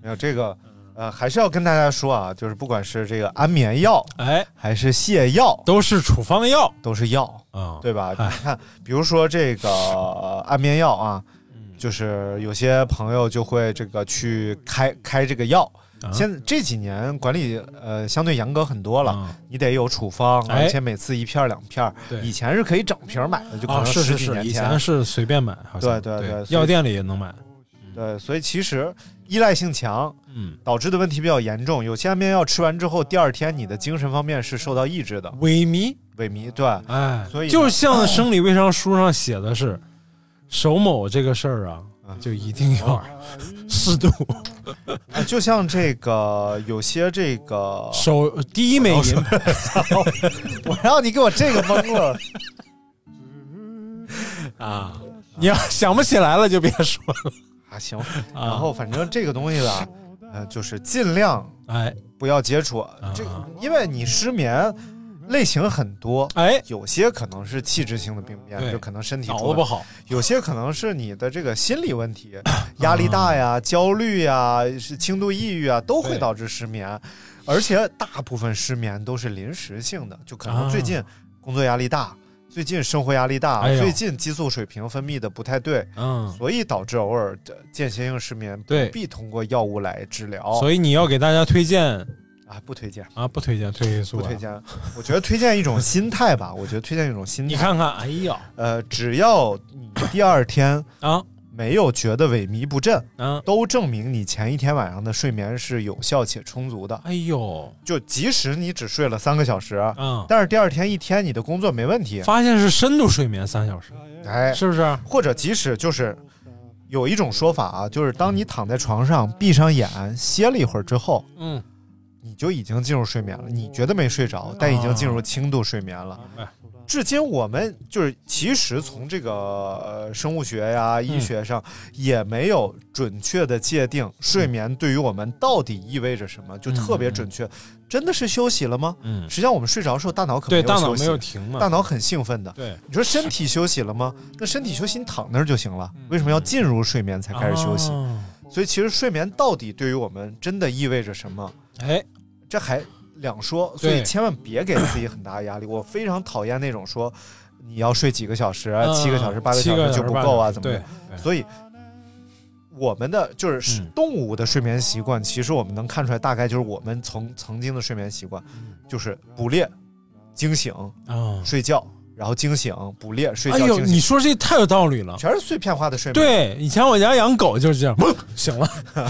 没有这个，呃，还是要跟大家说啊，就是不管是这个安眠药
哎
还是泻药，
都是处方药
都是药，
啊、
对吧？
哎
你看，比如说这个呃安眠药啊，
嗯
就是有些朋友就会这个去开开这个药。
啊
现在这几年管理呃相对严格很多了，
啊
你得有处方，
哎
而且每次一片儿两片儿。
对
以前是可以整瓶儿买的，就可
啊
能十
是是
几
是，
年
以
前。
前是随便买，好
对
像
对对所以
药店里也能买，
对，所以其实依赖性强
嗯，
导致的问题比较严重。有些安眠药吃完之后，第二天你的精神方面是受到抑制的，
嗯萎靡，
萎靡。对，
哎，
所以呢
就像生理卫生书上写的是，首某这个事儿啊，就一定要
哦
适度，
啊就像这个有些这个，
首第一枚饮，
哦我让你给我这个懵了。
啊，你要想不起来了就别说了，
啊，行，然后反正这个东西吧，呃，就是尽量
哎
不要接触
啊
这个，因为你失眠类型很多，
哎，
有些可能是器质性的病变，
对
就可能身体
脑
出
子
问
不好，
有些可能是你的这个心理问 题，压力大呀、焦虑呀、是轻度抑郁啊，都会
对
导致失眠。而且大部分失眠都是临时性的，就可能
啊
最近工作压力大，最近生活压力大，
哎呦
最近激素水平分泌的不太对，
嗯，
所以导致偶尔的间歇性失眠，不
对
必通过药物来治疗。
所以你要给大家推荐
啊，不推荐，
啊，不推荐褪黑素，
不推。荐。我觉得推荐一种心态吧，我觉得推荐一种心态。
你，看看，哎呀，
呃，只要你第二天
啊，
没有觉得萎靡不振。
嗯，
都证明你前一天晚上的睡眠是有效且充足的。
哎呦，
就即使你只睡了三个小时，
嗯，
但是第二天一天你的工作没问题，
发现是深度睡眠三小时，
哎，
是不是？
或者即使就是有一种说法啊，就是当你躺在床上闭上眼歇了一会儿之后，
嗯，
你就已经进入睡眠了。你觉得没睡着，但已经进入轻度睡眠了。
哎
至今我们就是其实从这个呃生物学呀、
嗯
医学上也没有准确的界定
嗯
睡眠对于我们到底意味着什么，就特别准确。真的是休息了吗？
嗯，
实际上我们睡着的时候，大脑可
对，
能
大脑
没
没
有
有
休息。
停嘛，
大脑很兴奋的，
对，
你说身体休息了吗？那身体休息，你躺那儿就行了。
嗯
为什么要进入睡眠才开始休息？
啊
所以其实睡眠到底对于我们真的意味着什么，
哎，
这还两说。所以
对
千万别给自己很大的压力。我非常讨厌那种说你要睡几个小时、啊
嗯
七个小时、八个
七
小
个
时就不够啊，怎么
对
的？，所以。我们的就是
嗯
动物的睡眠习惯，其实我们能看出来，大概就是我们从曾经的睡眠习惯，
嗯
就是捕猎、惊醒、
啊，
睡觉，然后惊醒、捕猎、睡
哎
觉、
呦，
惊
你
醒，
说这太有道理了。
全是碎片化的睡眠。
对，以前我家养狗就是这样， 嗡醒了，然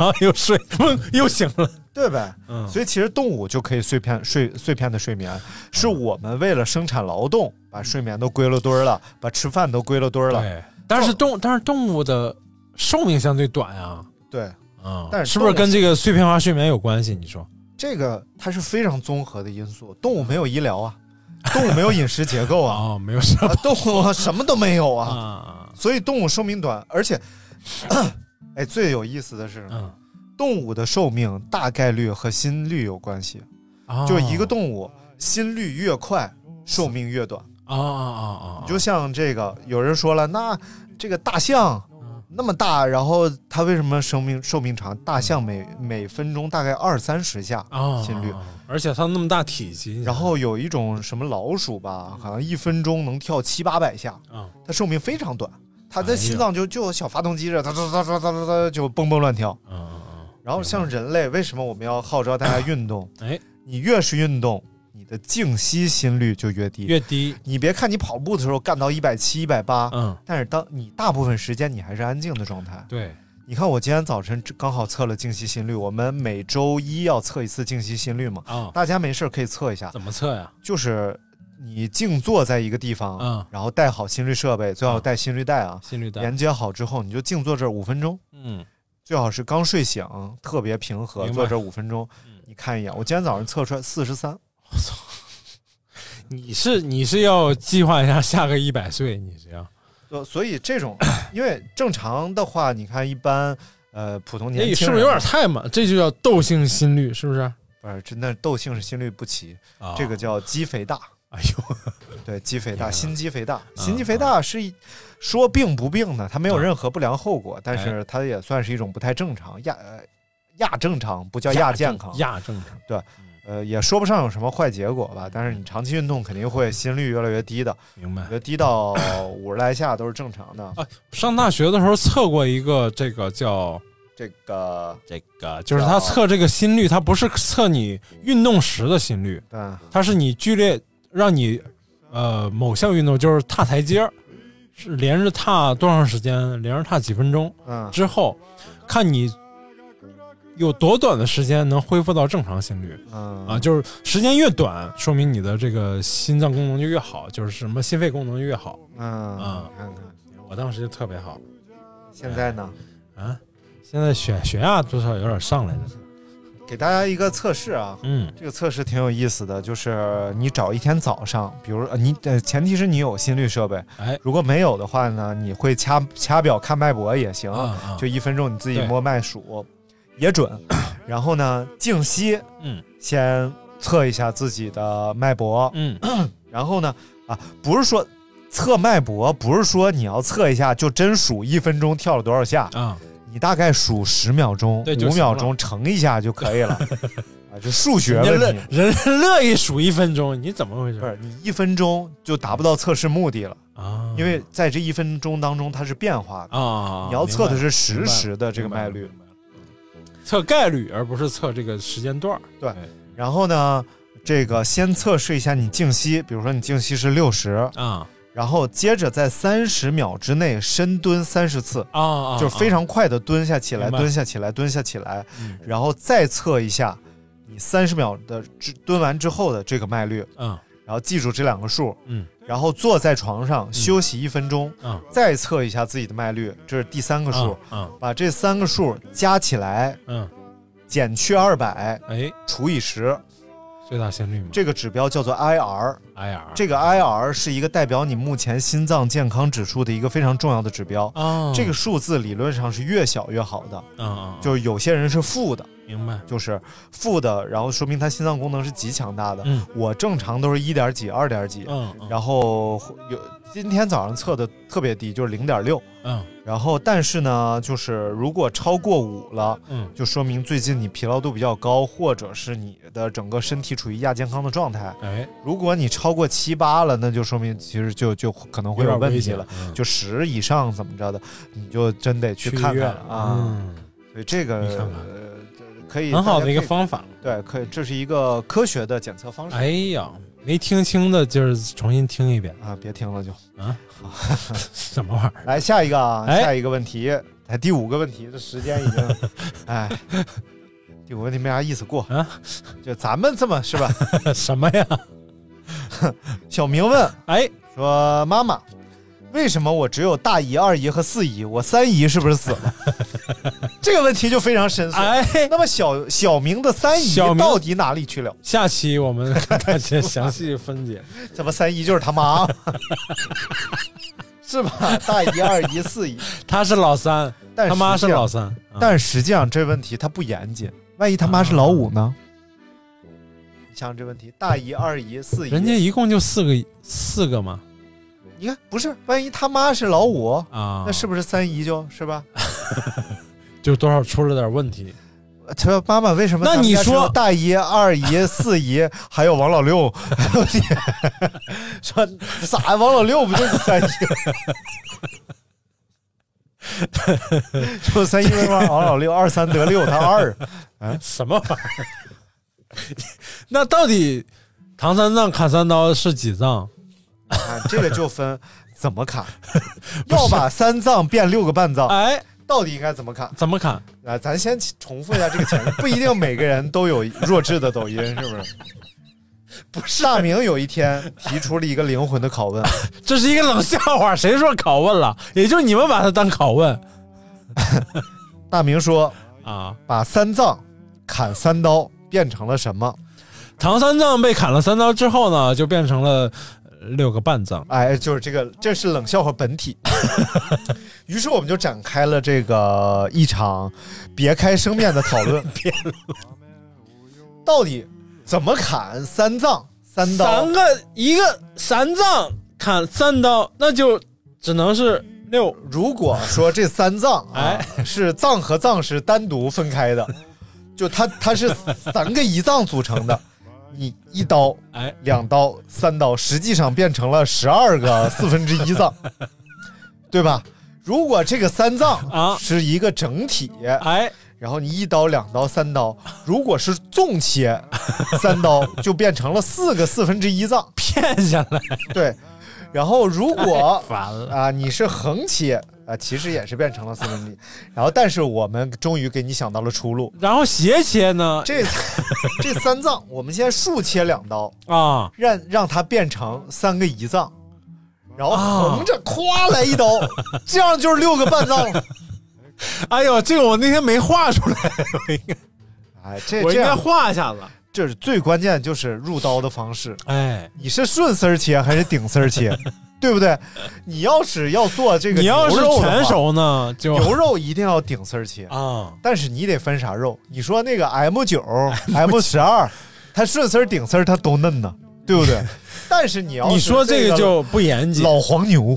后又睡，嗡又醒了。
对呗，
嗯
所以其实动物就可以碎片睡碎片的睡眠，是我们为了生产劳动，把睡眠都归了堆儿了，
嗯
把吃饭都归了堆儿了，
对，但是动但是动物的寿命相对短啊，
对，
啊，
但是
是不是跟这个碎片化睡眠有关系？你说
这个它是非常综合的因素。动物没有医 疗啊，动物没有饮食结构啊，
哦，没有什
啊动物什么都没有
么
啊，
啊，
所以动物寿命短，而且，哎，最有意思的是什么？
嗯
动物的寿命大概率和心率有关系，
哦
啊就一个动物心率越快，
嗯
寿命越短。
啊啊啊啊！
你就像这个，有人说了，那这个大象
嗯
那么大，然后它为什么生命寿命长？大象每每分钟大概二三十下
啊
心率，，
而且它那么大体积，
然后有一种什么老鼠吧，好像一分钟能跳七八百下，
啊
它寿命非常短。它
哎
在
呀
心脏就就有小发动机似的，哒哒哒哒哒哒哒就蹦蹦乱跳。
啊啊，
然后像人类，为什么我们要号召大家运动？
哎，
你越是运动，你的静息心率就越低。
越低，
你别看你跑步的时候干到一百七、一百八，
嗯，
但是当你大部分时间你还是安静的状态。
对，
你看我今天早晨刚好测了静息心率，我们每周一要测一次静息心率嘛，
啊，
大家没事儿可以测一下，
怎么测呀？
就是你静坐在一个地方，
嗯
然后带好心率设备，最好带心率带啊，
心率带，
连接好之后你就静坐这儿五分钟，
嗯，
最好是刚睡醒，特别平和，
明白
坐这儿五分钟
嗯，
你看一眼，我今天早上测出来四十三，
你是你是要计划一下下个一百岁，你是要
呃，所以这 种，因为正常的话，你看一般。呃，普通年
那
轻人
哎是不是有点太猛？这就叫斗性心率，是不是？
不是真的斗性是心率不齐，
啊
这个叫肌肥大。
哎呦，
对，肌肥
天哪
大，心肌肥大，
嗯
心肌肥大是一说病不病呢，它没有任何不良后果，
哎
但是它也算是一种不太正常，亚呃亚正常不叫 亚健康，
亚正常，
呃也说不上有什么坏结果吧，
嗯
但是你长期运动肯定会心率越来越低的，
明白
我觉。得低到 五十来下都是正常的。
上大学的时候测过一个这个叫
这个
这个，就是他测这个心率，他不是测你运动时的心率，
对，
它是你剧烈让你呃某项运动就是踏台阶儿，是连着踏多长时间，连着踏几分钟
嗯，
之后，看你有多短的时间能恢复到正常心率。
嗯
啊，就是时间越短，说明你的这个心脏功能就越好，就是什么心肺功能就越好。
嗯
啊，
看看
我当时就特别好
现在呢，
啊，现在血血压多少有点上来了。
给大家一个测试啊，
嗯
这个测试挺有意思的，就是你找一天早上，比如呃你呃，前提是你有心率设备，
哎
如果没有的话呢，你会掐掐表看脉搏也行，
啊啊，
就一分钟你自己
对
摸脉数，也准。然后呢，静息
嗯
先测一下自己的脉搏，
嗯
然后呢，啊，不是说测脉搏，不是说你要测一下就真数一分钟跳了多少下，
啊，
你大概数十秒钟
对，就
五
行了
秒钟乘一下就可以 了。啊，这数学
人家乐
问题。
人家乐意数一分钟，你怎么回事
不是你一分钟就达不到测试目的了，
啊？
因为在这一分钟当中它是变化的，
啊，
你要测的
明
是实时的这个脉率。
明白明白白测概率而不是测这个时间段儿。
对然后呢，这个先测试一下你静息，比如说你静息是六十，
啊
然后接着在三十秒之内深蹲三十次，
啊啊，
就是非常快的蹲下起来，
明白
蹲下起来，蹲下起来，
嗯
然后再测一下你三十秒的之蹲完之后的这个脉率，
啊
然后记住这两个数，
嗯
然后坐在床上休息一分钟，
啊
再测一下自己的脉率，这是第三个数，
啊
把这三个数加起来，
嗯
减去二百
哎，
除以十，
最大心率嘛
这个指标叫做 IR，
哎呀，
这个 IR 是一个代表你目前心脏健康指数的一个非常重要的指标。
啊
这个数字理论上是越小越好的，
啊啊，
就是有些人是负的，
明白。
就是负的，然后说明他心脏功能是极强大的。
嗯
我正常都是一点几、二点几，
嗯嗯
然后有今天早上测的特别低，就是零点六。
嗯
然后，但是呢，就是如果超过五了，
嗯
就说明最近你疲劳度比较高，或者是你的整个身体处于亚健康的状态。
哎，
如果你超过七八了，那就说明其实就就可能会有
点
问
危
题
险嗯
了，，就十以上怎么着的，你就真得去
去
看
医
看
院
了啊。
嗯
所以这个
你看看
呃可以
很好
大家
的一个
可以
方法。
对，可以这是一个科学的检测方式
哎呀，没听清的，就是重新听一遍。
啊，别听了就
什么玩意儿？
来下一个啊，
哎
下一个问题，哎，第五个问题，这时间已经哎，第五个问题没啥意思过
啊，
就咱们这么是吧？
什么呀？
小明问
哎，
说：“妈妈，为什么我只有大姨、二姨和四姨，我三姨是不是死了？” 这个问题就非常深邃。
哎，
那么小小明的三姨
小明
到底哪里去了？
下期 我们给大家详细分解。
怎么三姨就是他 妈？是吧？大姨、二姨、四姨，
他是老三，
但
他妈是
实际上
老三，啊
但实际上这问题它不严谨，万一他妈是老五
啊
呢？你想想这问题，大姨、二姨、四姨，
人家一共就四个四个嘛
你看不是？万一他妈是老五，
啊，
那是不是三姨就是吧？
就多少出了点问题？
他说妈妈为什么？
那你说
大姨、二姨、四姨， 还有王老六， 还有你，说啥呀？王老六不就是三姨？ 说三姨为什么王老六二三得六，他二
什么玩意儿？ 那到底唐三藏砍三刀是几藏？
啊， 这个就分怎么 砍，要把三藏变六个半藏，
哎，
到底应该怎么砍？
怎么砍？
啊，咱先重复一下这个前提，不一定每个人都有弱智的抖音，是不是？不是，大明有一天提出了一个灵魂的拷问，
这是一个冷笑话，谁说拷问了？也就你们把它当拷问
大明说
啊！
把三藏砍三刀变成了什么？
唐三藏被砍了三刀之后呢，就变成了呃六个半藏。
哎，就是这个，这是冷笑话本 体。于是我们就展开了这个一场别开生面的讨 论，到底怎么砍三藏三刀？
三个一个三藏砍三刀，那就只能是六。哎
如果说这三藏啊、是藏和藏是单独分开的，就它它是三个一藏组成的，你一刀、
哎，
两刀、三刀，实际上变成了十二个四分之一藏，对吧？如果这个三藏
啊
是一个整体，
哎，
然后你一刀、两刀、三刀，如果是纵切，三刀就变成了四个四分之一藏，
骗下来，
对。然后如果
烦了。
啊，你是横切啊，其实也是变成了四分之一。然后，但是我们终于给你想到了出路。
然后斜切呢？
这这三藏，我们先竖切两刀，
啊，
让让它变成三个一藏，然后横着咵来一刀， 这样就是六个半藏了。
哎呦，这个我那天没画出来，我应该
哎，这
我
这
应该
样
画一下子。
就是最关键，就是入刀的方式。
哎，
你是顺丝儿切还是顶丝儿 切，对不对？你要是要做这个
你要是
牛肉的
全
话，
熟呢，就
牛肉一定要顶丝儿切
啊，
但是你得分啥肉。你说那个 M 九、M 十二，它顺丝儿顶丝儿它都嫩呢，对不 对？但是你要是
你说这
这
个就不严谨，
老黄牛，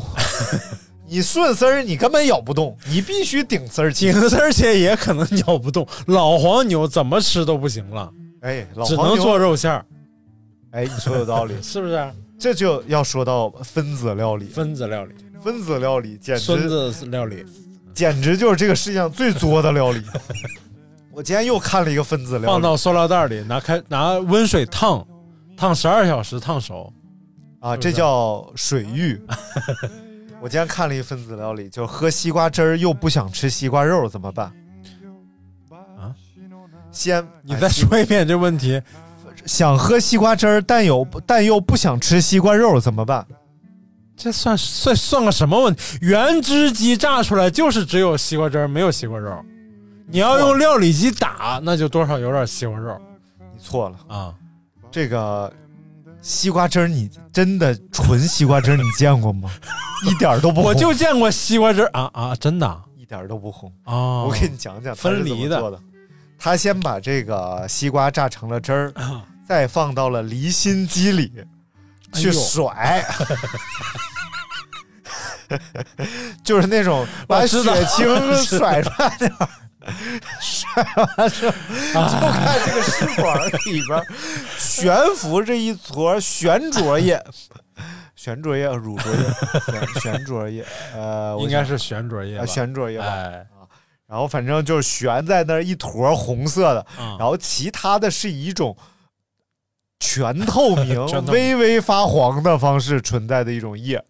你顺丝儿你根本咬不动，你必须顶丝儿
顶
切。
丝儿切也可能咬不动，老黄牛怎么吃都不行了，
哎，老
嗯只
黄
能做
牛，
肉馅儿，。
哎，你说有道理
是不是？
这就要说到分子料理，
分子料理，
分子料理简
孙
直
子料理，
简直就是这个世界上最作的 料理。我今天又看了一个分子料
放
理
到塑料袋里，拿开拿温水烫，烫十二小时烫熟。
啊，这叫水 域。我今天看了一分子料理，就是喝西瓜汁儿又不想吃西瓜肉怎么办？
啊，
先
你
哎
再
西
说一遍这问题，
想喝西瓜汁儿，但有但又不想吃西瓜肉怎么办？
这算算算个什么问题？原汁机榨出来就是只有西瓜汁儿，没有西瓜肉。你要用料理机打，那就多少有点西瓜肉
你错了，
啊。
这个西瓜汁儿，你真的纯西瓜汁儿，你见过 吗？一点儿都不红，
我就见过西瓜汁儿啊啊，真的啊！
一点儿都不红。
哦
我给你讲讲它
分
是怎
离
么
的
做的。他先把这个西瓜榨成了汁儿，
啊
再放到了离心机里
哎
去
呦
甩， 就是那种把
我
血
知道
清甩出来那玩意 儿。甩完之后，就看这个试管里边儿悬浮着一撮悬浊液，悬浊液、乳浊液、悬悬浊液，呃，我
应该
想
是悬浊液吧
啊，悬浊液吧。
哎，
然后反正就是悬在那儿一坨红色的，
嗯
然后其他的是以一种全透明、
全透明
微微发黄的方式存在的一种液，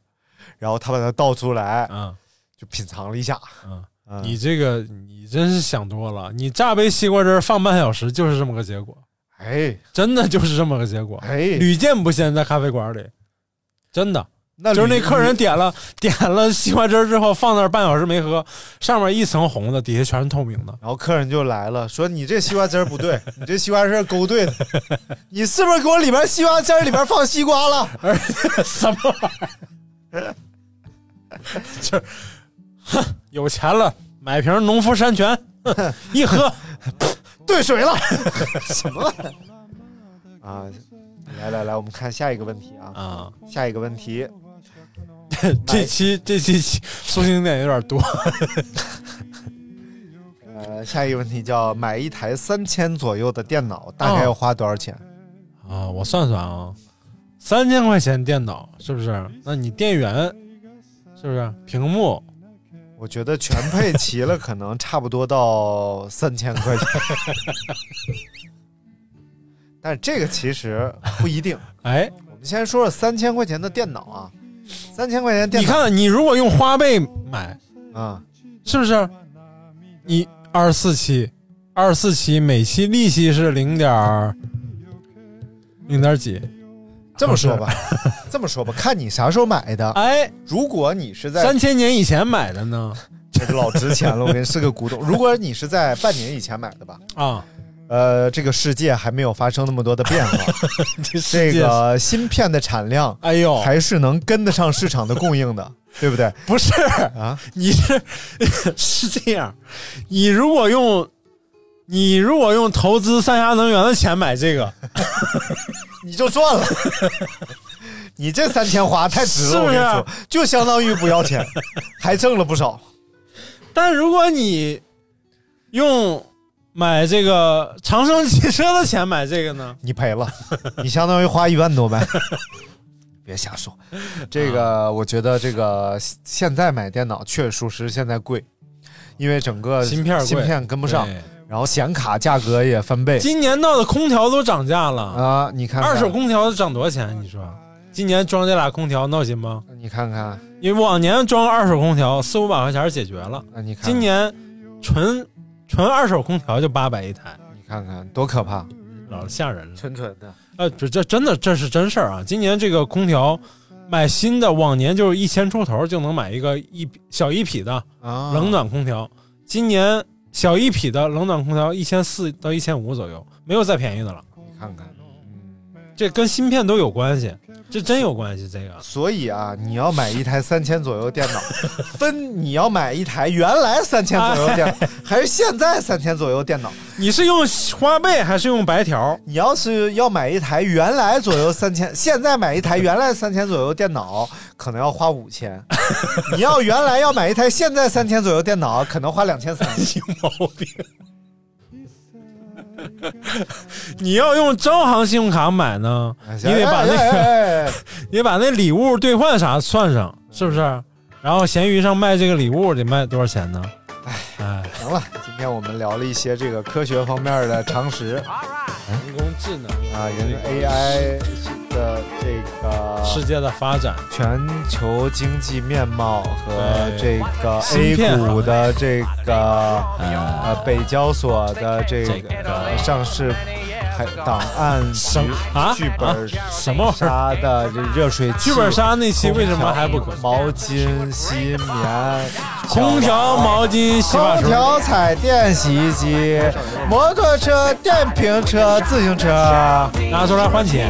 然后他把它倒出来，
嗯
就品尝了一下。
嗯，
嗯
你这个你真是想多了。你榨杯西瓜汁儿放半小时就是这么个结果，
哎
真的就是这么个结果，
哎，
屡见不鲜，在咖啡馆里，真的。
那
就是那
驴
客人点了 点了西瓜汁儿之后，放那儿半小时没喝，上面一层红的，底下全是透明的。
然后客人就来了，说你这西瓜汁儿不 对，你这西瓜汁儿勾兑的，你是不是给我里边西瓜汁儿里边放西瓜 了？
而且什么 玩意儿？就是，哼，有钱了买瓶农夫山泉，一喝
兑水了，什么玩意儿啊？来来来，我们看下一个问题啊，
啊！
下一个问题，
这期这期苏醒点有点多，
呃，下一个问题叫买一台三千左右的电脑，大
哦
概要花多少钱？
啊，我算算啊，三千块钱电脑是不是？那你电源是不是？屏幕
我觉得全配齐了，可能差不多到三千块钱。 但是这个其实不一定。
哎，
我们先说说三千块钱的电脑啊，三千块钱电
你
脑，
看你如果用花呗买，
啊、
是不是？你二十四期，二十四期每期利息是零点儿零点儿几？
这么说 吧，这么说吧，看你啥时候买的。
哎，
如果你是啊在
三千年以前买的呢？
这个老值钱了，我跟你是个古董。如果你是在半年以前买的吧，
啊，
呃，这个世界还没有发生那么多的变化，
这世
这
界
个芯片的产量
哎呦，
还是能跟得上市场的供应的，对不对？
不是
啊，
你是 是这样，你如果用你如果用投资三峡能源的钱买这个，
你就赚了。 你这三千花太值了，
是不是啊
我跟你说，就相当于不要钱， 还挣了不少。
但如果你用买这个长城汽车的钱买这个呢？
你赔了，你相当于花一万多呗。 别瞎说，这
啊
个我觉得这个现在买电脑确实属实现在贵，因为整个
芯片贵
呃芯片跟不上，
对
然后显卡价格也翻倍
今年闹的空调都涨价了，
啊！你看看
二手，空调涨多少钱？你说今年装这俩空调闹心吗？
你看看啊，
因为往年装二手空调四五百块钱解决了，
你看看
今年纯纯二手空调就八百一台，
你看看多可怕，
老吓人了。
纯纯的。
呃，这这真的这是真事儿啊！今年这个空调买新的，往年就是一千出头就能买一个一小一匹的
啊，
冷暖空调，今年小一匹的冷暖空调一千四到一千五左右，没有再便宜的了。
你看看，
这跟芯片都有关系，这真有关系。这个
所以啊，你要买一台三千左右电脑， 分你要买一台原来三千左右电 脑，还是现在三千左右电脑？
你是用花呗还是用白条？
你要是要买一台原来左右三千，现在买一台原来三千左右电脑，可能要花五 千；你要原来要买一台现在三千左右电脑，可能花两千三。
有毛病！你要用招行信用卡买呢，你得把那
哎
个。
哎哎哎
你把那礼物兑换啥算上，是不是？然后闲鱼上卖这个礼物得卖多少钱呢？哎，
行了，今天我们聊了一些这个科学方面的常识
人工智能
啊，人 AI 的这个
世界的发展，
全球经济面貌和这
对
个
芯
A
片
股的这个呃北交所的这个上市还档案
什么啊
剧本
啊什么玩意儿
杀的这热水器
剧本杀那期为什么还不可
空调毛巾、吸棉、
空调、毛巾、洗发
空
水，
调、彩电、洗衣机、摩托车、电瓶车、自行车。
拿出来换钱。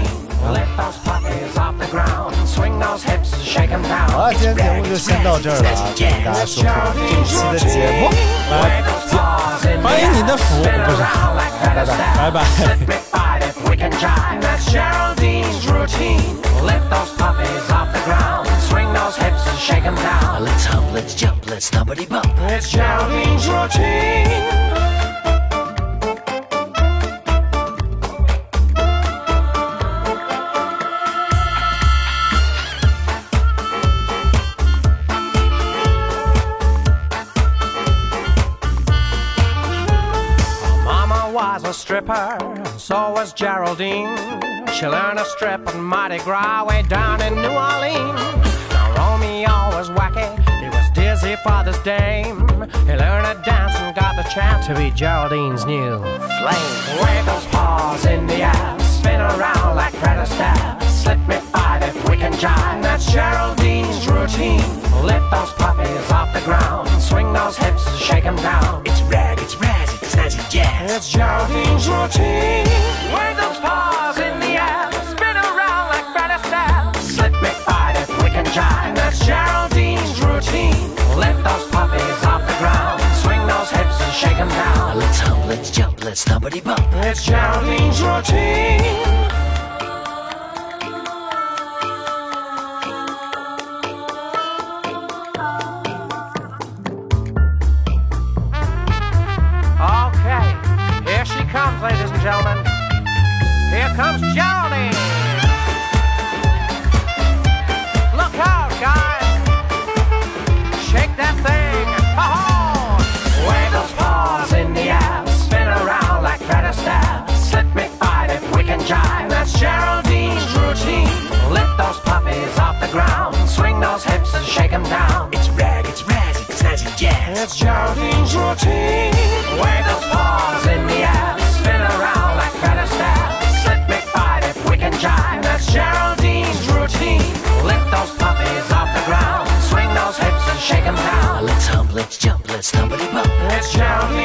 好啊了，今天节目就先到这儿了啊，跟大家说说这一期的节目，
来，欢迎你的福，不是，
拜拜。
拜拜。
Let's hop, let's jump, let's thumpity bump. It's Geraldine's routine.
Mama was a stripper, and so was Geraldine. She learned to strip on Mardi Gras way down in New Orleans. Now Romeo was wacky, he was dizzy for this dame. He learned to dance and got the chance to be Geraldine's new flame. Wave those paws in the air, spin around like Fred Astaire. Slip me five if we can jive, that's Geraldine's routine. Lift those puppies off the ground, swing those hips and shake 'em down.
It's rag, it's razz, it's snazzy jazz.
It's Geraldine's routine. Wave those paws in the air. Spin around like Fred Astaire. Slip me by if we can jive. That's Geraldine's routine. Lift those puppies off the ground. Swing
let's thumpity bump.
It's Geraldine's routine. Okay, here she comes, ladies and gentlemen. Here comes Geraldine. Look out, guys! Shake that thing! Ho-ho! Wave those paws in the air, spin around like Fred Astaire. Slip me fight if we can jive. That's Geraldine's routine. Lift those puppies off the ground, swing those hips and shake 'em down. It's rag, it's rag, it's snazzy jazz. It's Geraldine's routine. Wave those paws in the air, spin around like Fred Astaire. Slip me fight if we can jive. That's Geraldine's routine. Lift those puppies off the ground, swing those hips and shake 'em down.
Let's hump, let's jump, let's thumpity bump.
It's Geraldine.